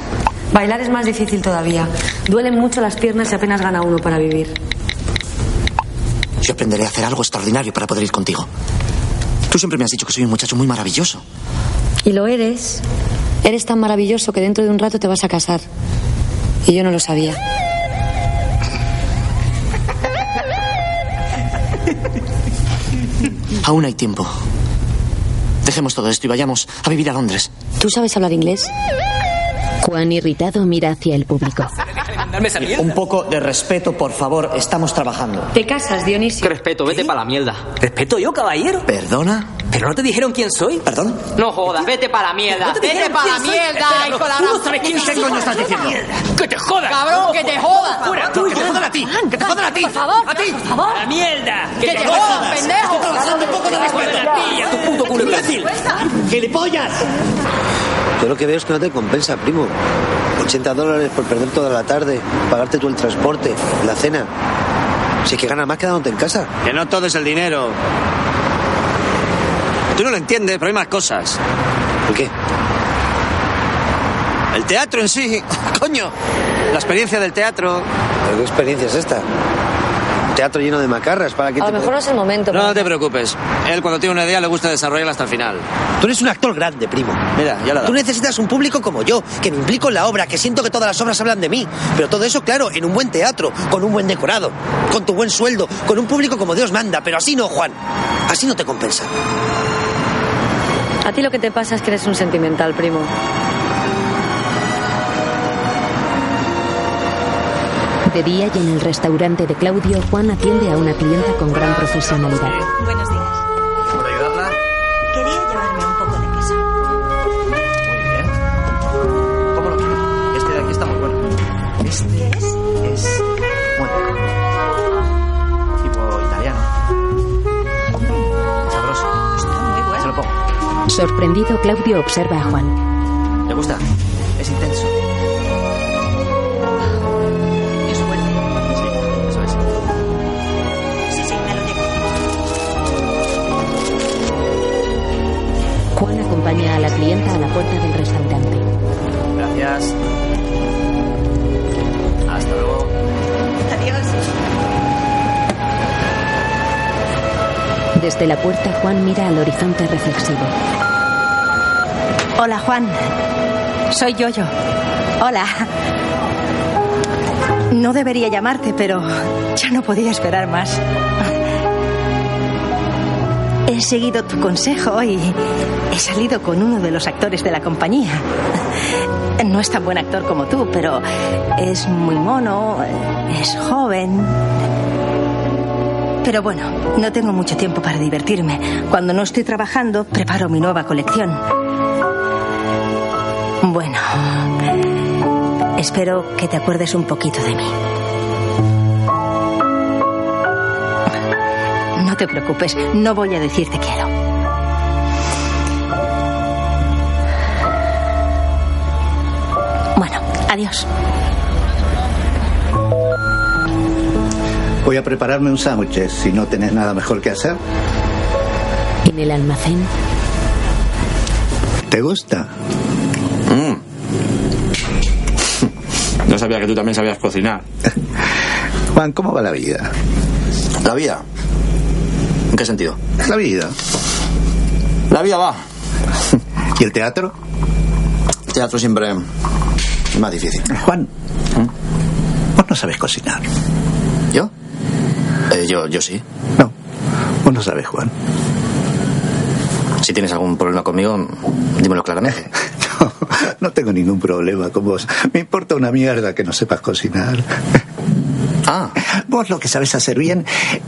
Speaker 6: Bailar es más difícil todavía. Duelen mucho las piernas y apenas gana uno para vivir.
Speaker 5: Yo aprenderé a hacer algo extraordinario para poder ir contigo. Tú siempre me has dicho que soy un muchacho muy maravilloso.
Speaker 6: Y lo eres. Eres tan maravilloso que dentro de un rato te vas a casar. Y yo no lo sabía.
Speaker 5: Aún hay tiempo. Dejemos todo esto y vayamos a vivir a Londres.
Speaker 6: ¿Tú sabes hablar inglés?
Speaker 1: Juan, irritado, mira hacia el público.
Speaker 5: Un poco de respeto, por favor. Estamos trabajando.
Speaker 6: ¿Te casas, Dionisio?
Speaker 4: Qué respeto, vete para la mierda.
Speaker 2: ¿Respeto yo, caballero?
Speaker 5: ¿Perdona?
Speaker 2: ¿Pero no te dijeron quién soy?
Speaker 5: ¿Perdón?
Speaker 4: No jodas, vete para la mierda.
Speaker 2: ¿No te
Speaker 4: vete
Speaker 2: dijeron
Speaker 4: para la
Speaker 2: quién soy?
Speaker 4: mierda,
Speaker 2: Espera,
Speaker 4: hijo de la
Speaker 2: ¿Tú no
Speaker 4: gran
Speaker 2: sabes quién
Speaker 4: puta.
Speaker 2: soy, coño estás diciendo?
Speaker 4: ¡Que te jodas! ¡Cabrón, que te jodas!
Speaker 2: ¡Fuera, tú! ¡Que te jodan a ti! ¡Que te jodan a ti!
Speaker 4: Por favor,
Speaker 2: ¡A ti!
Speaker 4: por favor.
Speaker 2: ¡A la mierda!
Speaker 4: ¡Que te jodan, pendejo!
Speaker 2: ¡Estoy trabajando un poco de respeto! ¡A ti y a tu puto culo imbécil! ¡Gilipollas!
Speaker 4: Eh,
Speaker 8: Yo lo que veo es que no te compensa, primo. 80 dólares por perder toda la tarde, pagarte tú el transporte, la cena. Si es que ganas más quedándote en casa.
Speaker 2: Que no todo es el dinero. Tú no lo entiendes, pero hay más cosas.
Speaker 8: ¿Por qué?
Speaker 2: El teatro en sí, coño. La experiencia del teatro.
Speaker 8: ¿Pero qué experiencia es esta? Un teatro lleno de macarras, ¿para qué
Speaker 6: A
Speaker 8: te
Speaker 6: lo mejor no es el momento.
Speaker 2: No te preocupes. Él cuando tiene una idea le gusta desarrollarla hasta el final.
Speaker 8: Tú eres un actor grande, primo.
Speaker 2: Mira, ya la da.
Speaker 8: Tú necesitas un público como yo, que me implico en la obra, que siento que todas las obras hablan de mí. Pero todo eso, claro, en un buen teatro, con un buen decorado, con tu buen sueldo, con un público como Dios manda. Pero así no, Juan. Así no te compensa.
Speaker 6: A ti lo que te pasa es que eres un sentimental, primo.
Speaker 1: De día y en el restaurante de Claudio, Juan atiende a una clienta con gran profesionalidad.
Speaker 9: Buenos días.
Speaker 5: ¿Puedo ayudarla?
Speaker 9: Quería llevarme un poco de queso.
Speaker 5: Muy bien. ¿Cómo lo quiero? Este de aquí está muy bueno. Este es? es muy rico. Tipo italiano. Sabroso.
Speaker 9: Está muy
Speaker 5: Se
Speaker 9: bueno.
Speaker 5: lo pongo.
Speaker 1: Sorprendido, Claudio observa a Juan.
Speaker 5: ¿Le gusta? Es intenso.
Speaker 9: Es fuerte.
Speaker 5: Sí, eso es.
Speaker 9: Sí, sí, me lo llevo.
Speaker 1: Juan acompaña a la clienta a la puerta del restaurante.
Speaker 5: Gracias. Hasta luego.
Speaker 9: Adiós.
Speaker 1: Desde la puerta, Juan mira al horizonte reflexivo.
Speaker 9: Hola, Juan. Soy Yoyo. Hola. No debería llamarte, pero ya no podía esperar más. He seguido tu consejo y he salido con uno de los actores de la compañía. No es tan buen actor como tú, pero es muy mono, es joven. Pero bueno, no tengo mucho tiempo para divertirme. Cuando no estoy trabajando, preparo mi nueva colección. Bueno, espero que te acuerdes un poquito de mí. No te preocupes, no voy a decirte quiero. Bueno, adiós.
Speaker 19: Voy a prepararme un sándwich, eh, si no tenés nada mejor que hacer.
Speaker 1: En el almacén,
Speaker 19: ¿Te gusta?
Speaker 5: Mm.
Speaker 33: No sabía que tú también sabías cocinar.
Speaker 19: Juan, ¿cómo va la vida?
Speaker 5: La vida. ¿En qué sentido?
Speaker 19: La vida.
Speaker 5: La vida va.
Speaker 19: ¿Y el teatro?
Speaker 5: El teatro siempre es más difícil.
Speaker 19: Juan, vos no sabes cocinar.
Speaker 5: ¿Yo? Eh, yo, yo sí.
Speaker 19: No, vos no sabes, Juan.
Speaker 5: Si tienes algún problema conmigo, dímelo claramente.
Speaker 19: No, no tengo ningún problema con vos. Me importa una mierda que no sepas cocinar.
Speaker 5: Ah,
Speaker 19: Vos lo que sabes hacer bien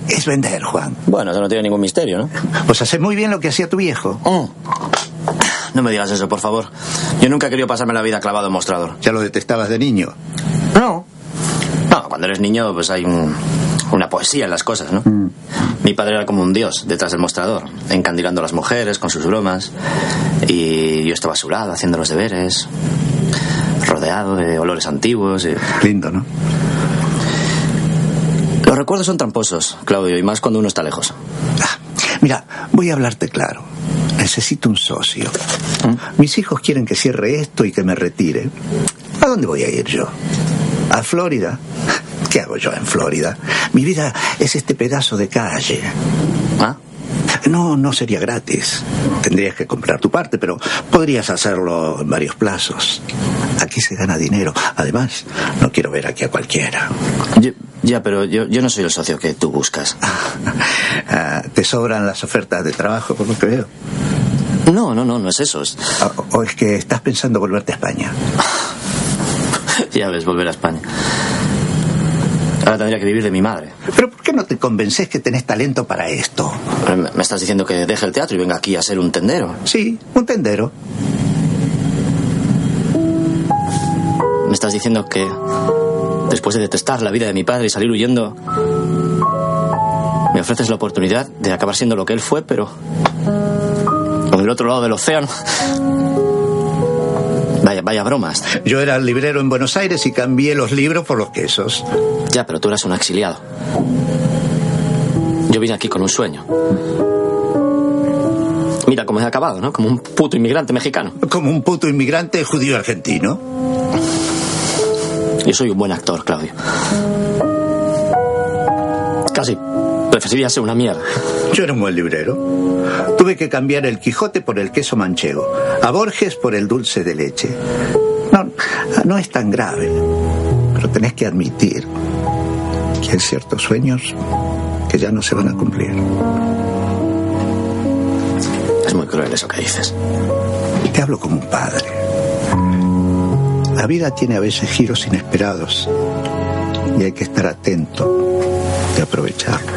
Speaker 19: es vender, Juan.
Speaker 5: bueno, eso no tiene ningún misterio, ¿no?
Speaker 19: Vos haces muy bien lo que hacía tu viejo.
Speaker 5: Mm. No me digas eso, por favor. Yo nunca he querido pasarme la vida clavado en mostrador.
Speaker 19: Ya lo detestabas de niño.
Speaker 5: No. No, cuando eres niño, pues hay un- una poesía en las cosas, ¿no?
Speaker 19: Mm.
Speaker 5: Mi padre era como un dios detrás del mostrador, encandilando a las mujeres con sus bromas. Y yo estaba a su lado, haciendo los deberes, rodeado de olores antiguos. y-
Speaker 19: Lindo, ¿no?
Speaker 5: Los recuerdos son tramposos, Claudio, y más cuando uno está lejos.
Speaker 19: Ah, Mira, voy a hablarte claro. Necesito un socio.
Speaker 5: ¿Mm?
Speaker 19: Mis hijos quieren que cierre esto y que me retire. ¿A dónde voy a ir yo? ¿A Florida? ¿Qué hago yo en Florida? Mi vida es este pedazo de calle.
Speaker 5: ¿Ah?
Speaker 19: No, no sería gratis. Tendrías que comprar tu parte, pero podrías hacerlo en varios plazos. Aquí se gana dinero. Además, no quiero ver aquí a cualquiera.
Speaker 5: Yo- ya, pero yo, yo no soy el socio que tú buscas.
Speaker 19: Ah, ¿Te sobran las ofertas de trabajo, por lo que veo? Ah,
Speaker 5: No, no, no, no es eso. es-
Speaker 19: ¿O es que estás pensando volverte a España?
Speaker 5: Ya ves, volver a España. Ahora tendría que vivir de mi madre.
Speaker 19: ¿Pero por qué no te convences que tenés talento para esto?
Speaker 5: Me me estás diciendo que deje el teatro y venga aquí a ser un tendero.
Speaker 19: Sí, un tendero.
Speaker 5: Me estás diciendo que después de detestar la vida de mi padre y salir huyendo, me ofreces la oportunidad de acabar siendo lo que él fue, pero en el otro lado del océano. Vaya, vaya bromas.
Speaker 19: Yo era librero en Buenos Aires y cambié los libros por los quesos.
Speaker 5: Ya, pero tú eras un exiliado. Yo vine aquí con un sueño. Mira cómo he acabado, ¿no? Como un puto inmigrante mexicano.
Speaker 19: Como un puto inmigrante judío argentino.
Speaker 5: Yo soy un buen actor, Claudio. Casi. Preferiría ser una mierda.
Speaker 19: Yo era un buen librero. Tuve que cambiar el Quijote por el queso manchego, a Borges por el dulce de leche. No, no es tan grave, pero tenés que admitir que hay ciertos sueños que ya no se van a cumplir.
Speaker 5: Es muy cruel eso que dices.
Speaker 19: Te hablo como un padre. La vida tiene a veces giros inesperados y hay que estar atento de aprovecharlo.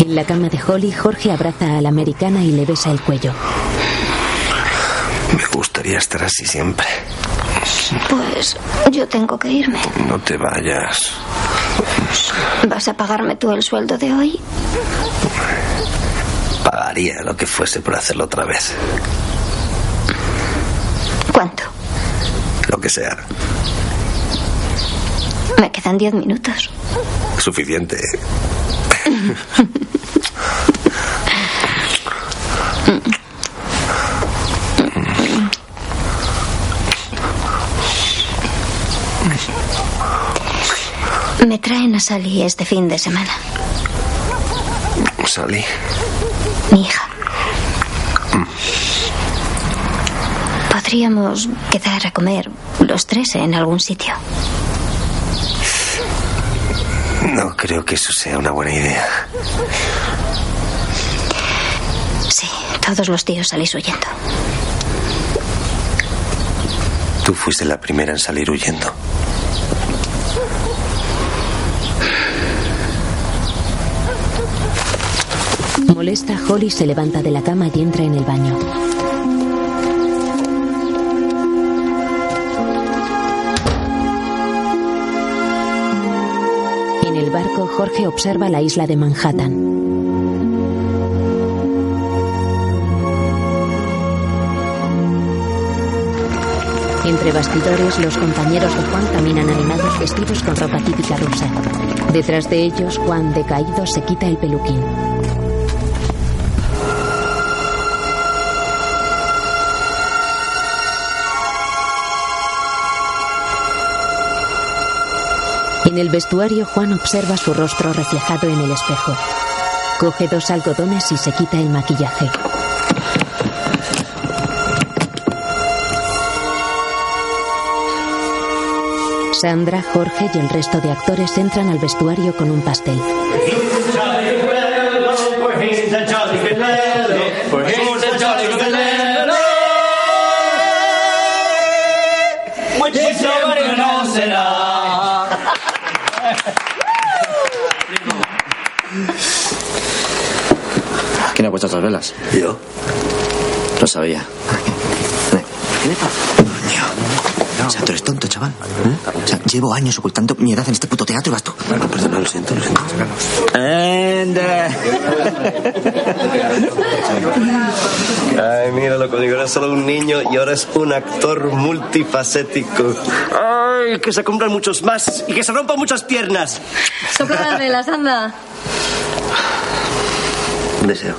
Speaker 1: En la cama de Holly, Jorge abraza a la americana y le besa el cuello.
Speaker 8: Me gustaría estar así siempre.
Speaker 4: Pues yo tengo que irme.
Speaker 8: No te vayas.
Speaker 4: ¿Vas a pagarme tú el sueldo de hoy?
Speaker 8: Pagaría lo que fuese por hacerlo otra vez.
Speaker 4: ¿Cuánto?
Speaker 8: Lo que sea.
Speaker 4: Me quedan diez minutos.
Speaker 8: Suficiente.
Speaker 4: Me traen a Sally este fin de semana.
Speaker 8: Salí.
Speaker 4: Mi hija. Podríamos quedar a comer los tres en algún sitio.
Speaker 8: No creo que eso sea una buena idea.
Speaker 4: Sí, todos los tíos salís huyendo.
Speaker 8: Tú fuiste la primera en salir huyendo.
Speaker 1: Molesta, Holly se levanta de la cama y entra en el baño. En el barco, Jorge observa la isla de Manhattan. Entre bastidores, los compañeros de Juan caminan animados vestidos con ropa típica rusa. Detrás de ellos, Juan, decaído, se quita el peluquín. En el vestuario, Juan observa su rostro reflejado en el espejo. Coge dos algodones y se quita el maquillaje. Sandra, Jorge y el resto de actores entran al vestuario con un pastel.
Speaker 5: ¿Quién ha puesto estas velas?
Speaker 8: Yo.
Speaker 5: Lo sabía. ¿Qué le pasa? O sea, tú eres tonto, chaval. O sea, llevo años ocultando mi edad en este puto teatro y vas tú.
Speaker 8: perdona, lo siento, lo siento. Ay, mira, lo conmigo era solo un niño y ahora es un actor multifacético. Ay, que se compran muchos más y que se rompan muchas piernas.
Speaker 34: Sopla las velas, anda.
Speaker 8: Deseo.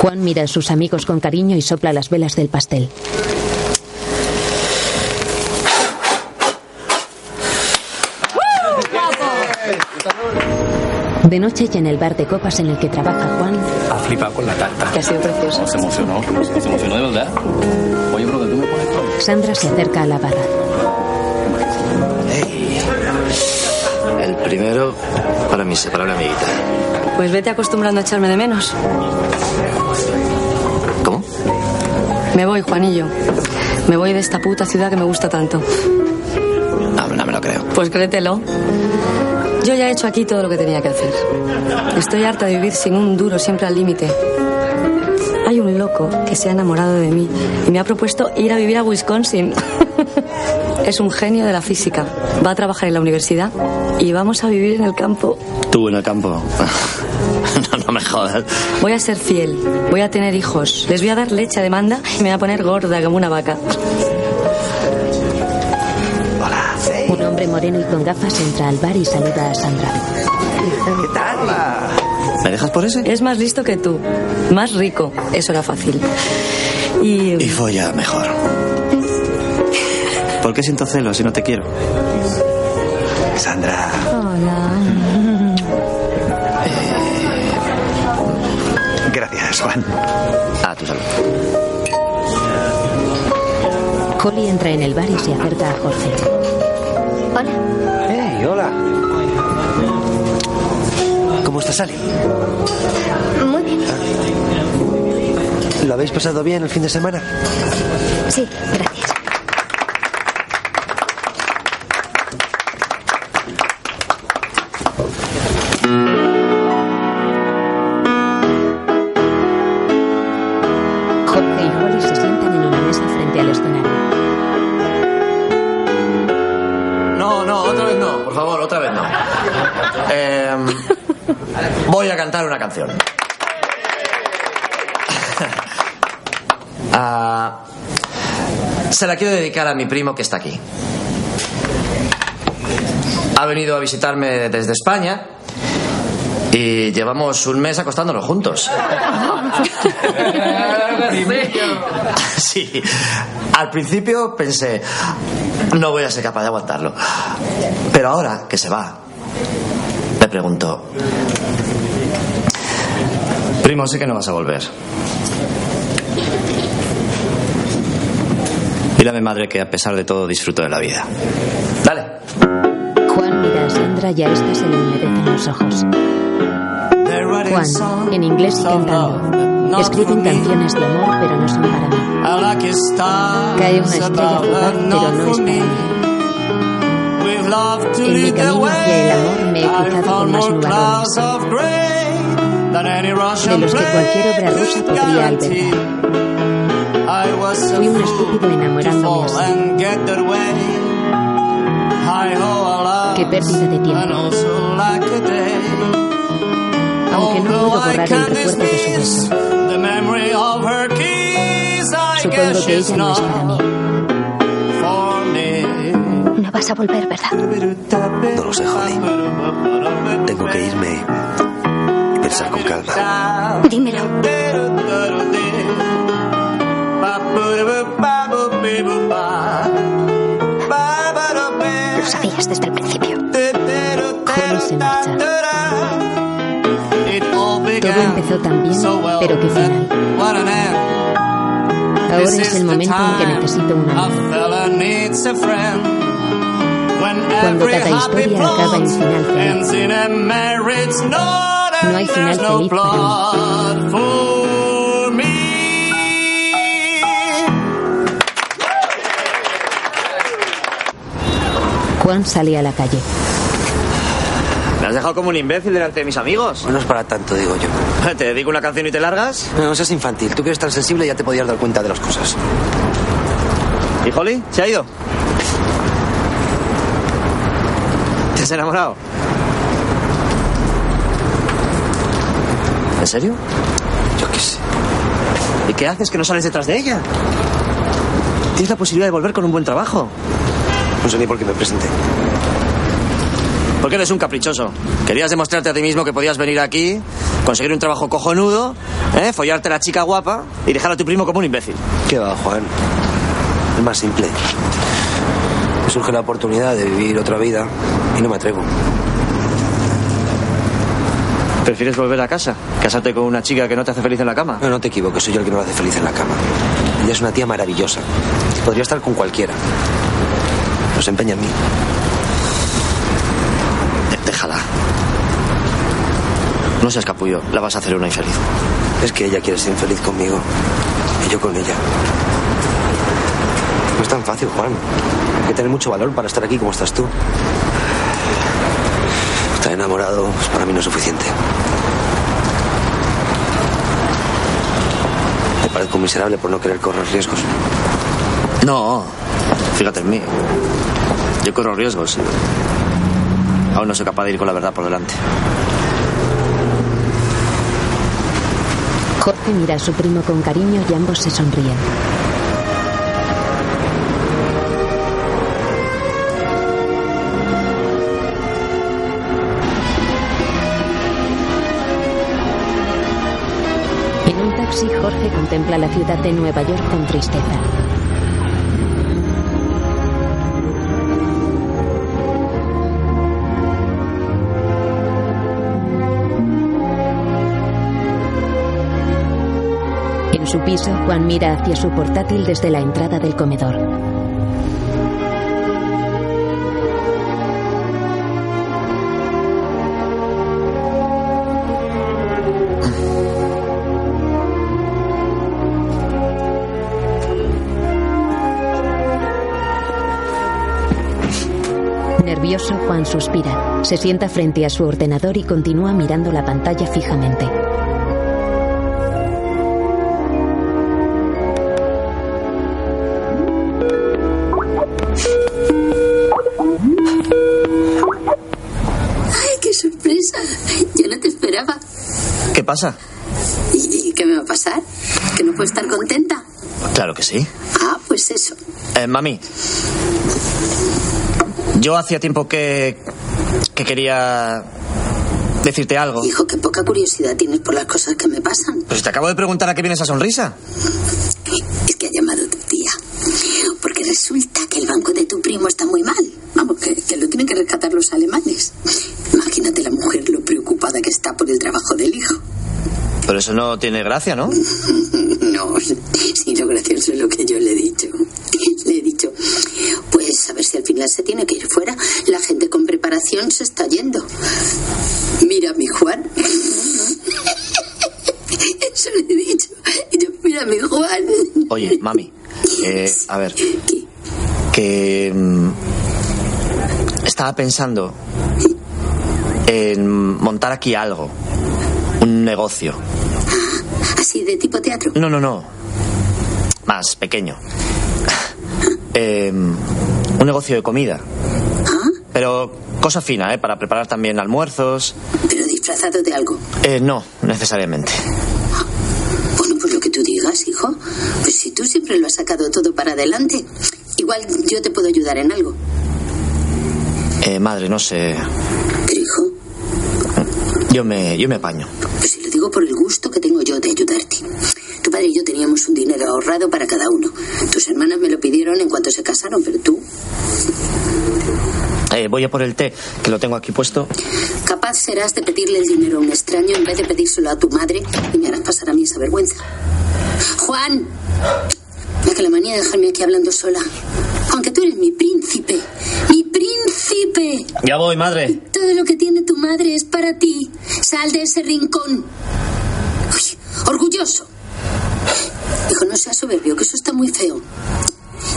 Speaker 1: Juan mira a sus amigos con cariño y sopla las velas del pastel. De noche y en el bar de copas en el que trabaja Juan,
Speaker 35: Ha flipado con la tarta.
Speaker 6: Que ha sido precioso.
Speaker 35: se emocionó. Se emocionó de verdad. Oye, bro, tú me pones todo.
Speaker 1: Sandra se acerca a la barra.
Speaker 5: El primero para mi separable amiguita.
Speaker 6: Pues vete acostumbrando a echarme de menos.
Speaker 5: ¿Cómo?
Speaker 6: Me voy, Juanillo. Me voy de esta puta ciudad que me gusta tanto.
Speaker 5: Ah, No, no me lo creo.
Speaker 6: Pues créetelo. Yo ya he hecho aquí todo lo que tenía que hacer. Estoy harta de vivir sin un duro, siempre al límite. Hay un loco que se ha enamorado de mí y me ha propuesto ir a vivir a Wisconsin. es un genio de la física. Va a trabajar en la universidad y vamos a vivir en el campo.
Speaker 5: Tú en el campo. No, no me jodas.
Speaker 6: Voy a ser fiel, voy a tener hijos, les voy a dar leche a demanda y me voy a poner gorda como una vaca.
Speaker 1: Un hombre moreno y con gafas entra al bar y saluda a Sandra. ¿Qué tal?
Speaker 5: ¿Me dejas por ese?
Speaker 6: Es más listo que tú, más rico, eso era fácil. Y...
Speaker 5: Y folla mejor. ¿Por qué siento celos si no te quiero? Sandra.
Speaker 6: Hola.
Speaker 5: Gracias, Juan. A tu salud.
Speaker 1: Holly entra en el bar y se acerca a Jorge.
Speaker 4: Hey, hola. ¿Cómo estás, Ali?
Speaker 2: Muy bien.
Speaker 4: ¿Lo habéis pasado bien el fin de semana?
Speaker 2: Sí, gracias.
Speaker 1: Jorge y Holly se sientan en una mesa frente al escenario.
Speaker 5: No, no, otra vez no, por favor, otra vez no. Eh, voy a cantar una canción. Ah, se la quiero dedicar a mi primo que está aquí. Ha venido a visitarme desde España y llevamos un mes acostándonos juntos.
Speaker 6: Ah,
Speaker 5: Sí. Al principio pensé, no voy a ser capaz de aguantarlo. Pero ahora que se va, me pregunto, primo, sé que no vas a volver. Dile a mi madre que a pesar de todo disfruto de la vida. Dale.
Speaker 1: Juan mira a Sandra y a esta se le humedecen los ojos. Juan, en inglés y cantando. Escriben canciones de amor, pero no son para mí. Cae una estrella fugaz, pero no es para mí. En mi camino hacia el amor me he cruzado con más nubarrones de los que cualquier obra rusa podría albergar. Fui un estúpido enamorándome así. Qué pérdida de tiempo. Aunque no puedo borrar el recuerdo de su beso. Supongo que ella no es para mí.
Speaker 2: No vas a volver, ¿verdad?
Speaker 8: No lo sé, Holly. Tengo que irme y pensar con calma.
Speaker 2: Dímelo. Lo sabías desde el principio.
Speaker 1: Holly se marcha. Todo empezó tan bien, pero qué final. Ahora es el momento en que necesito un amigo. Cuando cada historia acaba en final feliz. No hay final feliz para mí. Juan sale a la calle.
Speaker 36: ¿Me has dejado como un imbécil delante de mis amigos?
Speaker 8: No es para tanto, digo yo.
Speaker 36: ¿Te dedico una canción y te largas?
Speaker 8: No, seas infantil. Tú que eres tan sensible ya te podías dar cuenta de las cosas.
Speaker 36: ¿Y Holly? ¿Se ha ido? ¿Te has enamorado?
Speaker 5: ¿En serio?
Speaker 8: Yo qué sé.
Speaker 36: ¿Y qué haces que no sales detrás de ella? Tienes la posibilidad de volver con un buen trabajo.
Speaker 8: No sé ni por qué me presenté.
Speaker 36: Porque eres un caprichoso. Querías demostrarte a ti mismo que podías venir aquí, conseguir un trabajo cojonudo, ¿eh? follarte a la chica guapa y dejar a tu primo como un imbécil.
Speaker 8: ¿Qué va, Juan? Es más simple. Me surge la oportunidad de vivir otra vida y no me atrevo.
Speaker 5: ¿Prefieres volver a casa? ¿Casarte con una chica que no te hace feliz en la cama?
Speaker 8: No, no te equivoques, soy yo el que no la hace feliz en la cama. Ella es una tía maravillosa. Podría estar con cualquiera. Pero se empeña en mí.
Speaker 5: Déjala. No seas capullo, la vas a hacer una infeliz.
Speaker 8: Es que ella quiere ser infeliz conmigo. Y yo con ella. No es tan fácil, Juan. Hay que tener mucho valor para estar aquí como estás tú. Estar enamorado pues, para mí no es suficiente. Te parezco miserable por no querer correr riesgos.
Speaker 5: No, fíjate en mí. Yo corro riesgos. Aún no soy capaz de ir con la verdad por delante.
Speaker 1: Jorge mira a su primo con cariño y ambos se sonríen. En un taxi, Jorge contempla la ciudad de Nueva York con tristeza. En su piso, Juan mira hacia su portátil desde la entrada del comedor. Nervioso, Juan suspira, se sienta frente a su ordenador y continúa mirando la pantalla fijamente.
Speaker 11: ¡Ay, qué sorpresa! Yo no te esperaba.
Speaker 5: ¿Qué pasa?
Speaker 11: ¿Y, y qué me va a pasar? ¿Que no puedo estar contenta?
Speaker 5: Claro que sí.
Speaker 11: Ah, pues eso.
Speaker 5: Eh, mami, yo hacía tiempo que, que quería decirte algo.
Speaker 11: Hijo, qué poca curiosidad tienes por las cosas que me pasan.
Speaker 5: Pues te acabo de preguntar a qué viene esa sonrisa.
Speaker 11: Es que ha llamado tu tía. Porque resulta que el banco de tu primo está muy mal. Vamos, que, que lo tienen que rescatar los alemanes. Imagínate la mujer lo preocupada que está por el trabajo del hijo.
Speaker 5: Pero eso no tiene gracia, ¿no?
Speaker 11: No, sí, lo gracioso es lo que yo le he dicho. Le he dicho, pues a ver si al final se tiene que ir fuera. La gente con preparación se está yendo. Mira, mi Juan. Eso le he dicho. Y yo, mira, mi Juan.
Speaker 5: Oye, mami, eh, a ver. Que. mm, Estaba pensando en montar aquí algo. Un negocio.
Speaker 11: Así de tipo teatro.
Speaker 5: No, no, no. Más pequeño. Eh, un negocio de comida.
Speaker 11: ¿Ah?
Speaker 5: Pero cosa fina, ¿eh? Para preparar también almuerzos.
Speaker 11: Pero disfrazado de algo.
Speaker 5: Eh, no, necesariamente.
Speaker 11: Bueno, pues lo que tú digas, hijo. Pues si tú siempre lo has sacado todo para adelante, igual yo te puedo ayudar en algo.
Speaker 5: Eh, madre, no sé.
Speaker 11: Pero hijo,
Speaker 5: Yo me, yo me apaño.
Speaker 11: pues si lo digo por el gusto que tengo yo de ayudarte. Tu padre y yo teníamos un dinero ahorrado para cada uno. Tus hermanas me lo pidieron en cuanto se casaron, pero tú,
Speaker 5: Eh, voy a por el té, que lo tengo aquí puesto.
Speaker 11: capaz serás de pedirle el dinero a un extraño en vez de pedírselo a tu madre y me harás pasar a mí esa vergüenza. Juan, mira que la manía de dejarme aquí hablando sola. Aunque tú eres mi príncipe, mi príncipe.
Speaker 5: Ya voy, madre.
Speaker 11: Todo lo que tiene tu madre es para ti. Sal de ese rincón. Uy, orgulloso. Hijo, no seas soberbio, que eso está muy feo.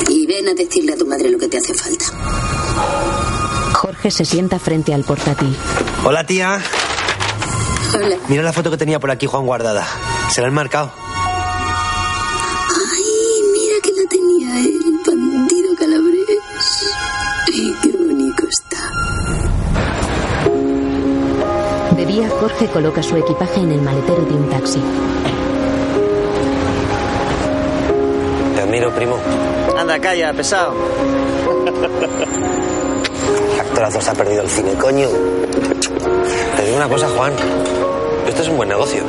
Speaker 11: Y ven a decirle a tu madre lo que te hace falta.
Speaker 1: Jorge se sienta frente al portátil.
Speaker 8: Hola, tía.
Speaker 11: Hola.
Speaker 8: Mira la foto que tenía por aquí Juan guardada. Se la han marcado.
Speaker 11: Ay, mira que la tenía el bandido calabrés. Ay, qué bonito está.
Speaker 1: De día, Jorge coloca su equipaje en el maletero de un taxi.
Speaker 8: Te admiro, primo.
Speaker 37: Anda, calla, pesado.
Speaker 8: Actorazos ha perdido el cine, coño. Te digo una cosa, Juan. Esto es un buen negocio.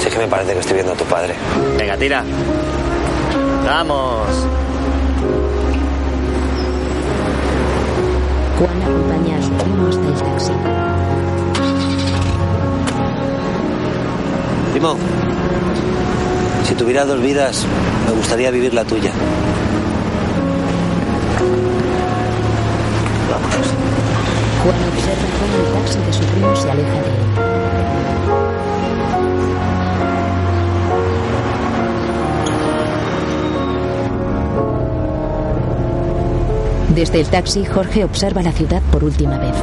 Speaker 8: Si es que me parece que estoy viendo a tu padre.
Speaker 5: Venga, tira. Vamos.
Speaker 1: Juan acompaña a su primo hasta el taxi.
Speaker 8: Primo, si tuviera dos vidas, me gustaría vivir la tuya. Vámonos.
Speaker 1: Juan observa cómo el taxi de su primo se aleja de él. Desde el taxi, Jorge observa la ciudad por última vez.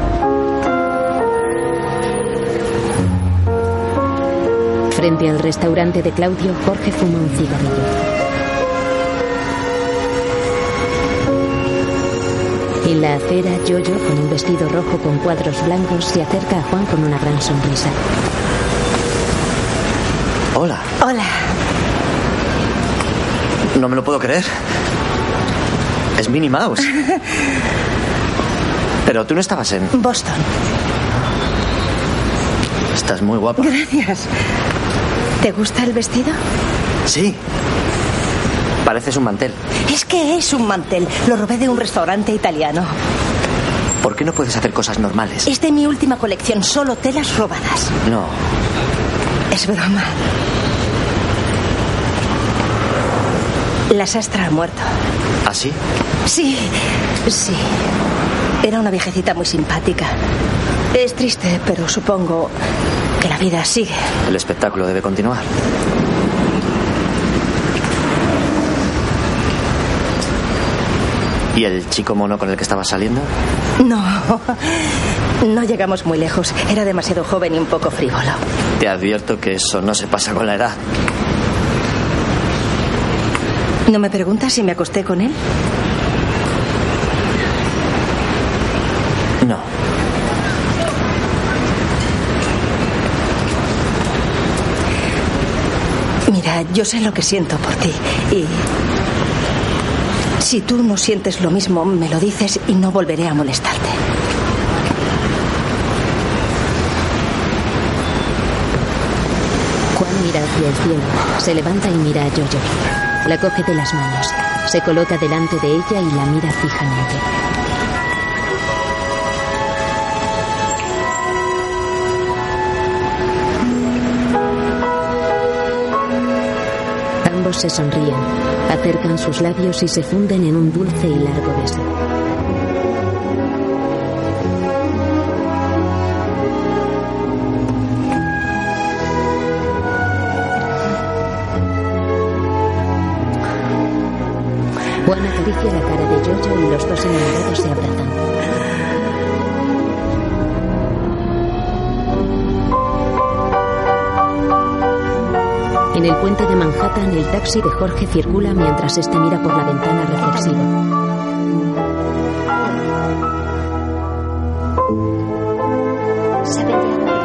Speaker 1: Frente al restaurante de Claudio, Jorge fuma un cigarrillo. En la acera, Yoyo, con un vestido rojo con cuadros blancos, se acerca a Juan con una gran sonrisa.
Speaker 5: Hola.
Speaker 9: Hola.
Speaker 5: No me lo puedo creer. Es Minnie Mouse. Pero tú no estabas en...
Speaker 9: Boston.
Speaker 5: Estás muy guapa.
Speaker 9: Gracias. ¿Te gusta el vestido?
Speaker 5: Sí. Pareces un mantel.
Speaker 9: Es que es un mantel. Lo robé de un restaurante italiano.
Speaker 5: ¿Por qué no puedes hacer cosas normales?
Speaker 9: Es de mi última colección, solo telas robadas.
Speaker 5: No.
Speaker 9: Es broma. La sastra ha muerto.
Speaker 5: ¿Así?
Speaker 9: Sí, sí. Era una viejecita muy simpática. Es triste, pero supongo que la vida sigue.
Speaker 5: El espectáculo debe continuar. ¿Y el chico mono con el que estabas saliendo?
Speaker 9: No, no llegamos muy lejos. Era demasiado joven y un poco frívolo.
Speaker 5: Te advierto que eso no se pasa con la edad.
Speaker 9: ¿No me preguntas si me acosté con él?
Speaker 5: No.
Speaker 9: Mira, yo sé lo que siento por ti y... Si tú no sientes lo mismo, me lo dices y no volveré a molestarte.
Speaker 1: Juan mira hacia el cielo, se levanta y mira a Jojo. La coge de las manos, se coloca delante de ella y la mira fijamente. Ambos se sonríen, acercan sus labios y se funden en un dulce y largo beso. Juan acaricia la cara de Jojo y los dos enamorados se abrazan. En el puente de Manhattan, el taxi de Jorge circula mientras este mira por la ventana reflexivo.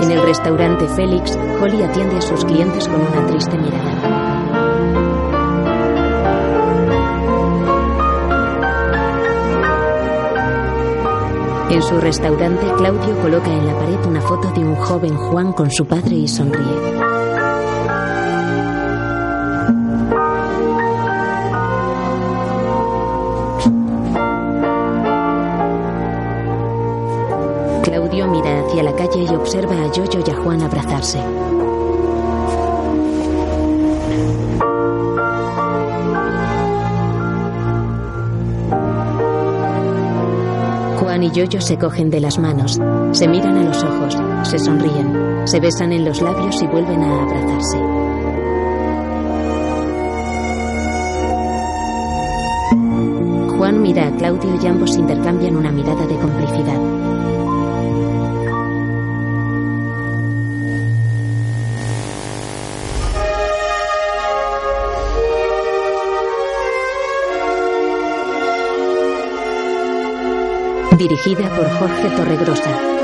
Speaker 1: En el restaurante Félix, Holly atiende a sus clientes con una triste mirada. En su restaurante, Claudio coloca en la pared una foto de un joven Juan con su padre y sonríe. Claudio mira hacia la calle y observa a Yoyo y a Juan abrazarse. Juan y Yoyo se cogen de las manos, se miran a los ojos, se sonríen, se besan en los labios y vuelven a abrazarse. Juan mira a Claudio y ambos intercambian una mirada de complicidad. Dirigida por Jorge Torregrosa.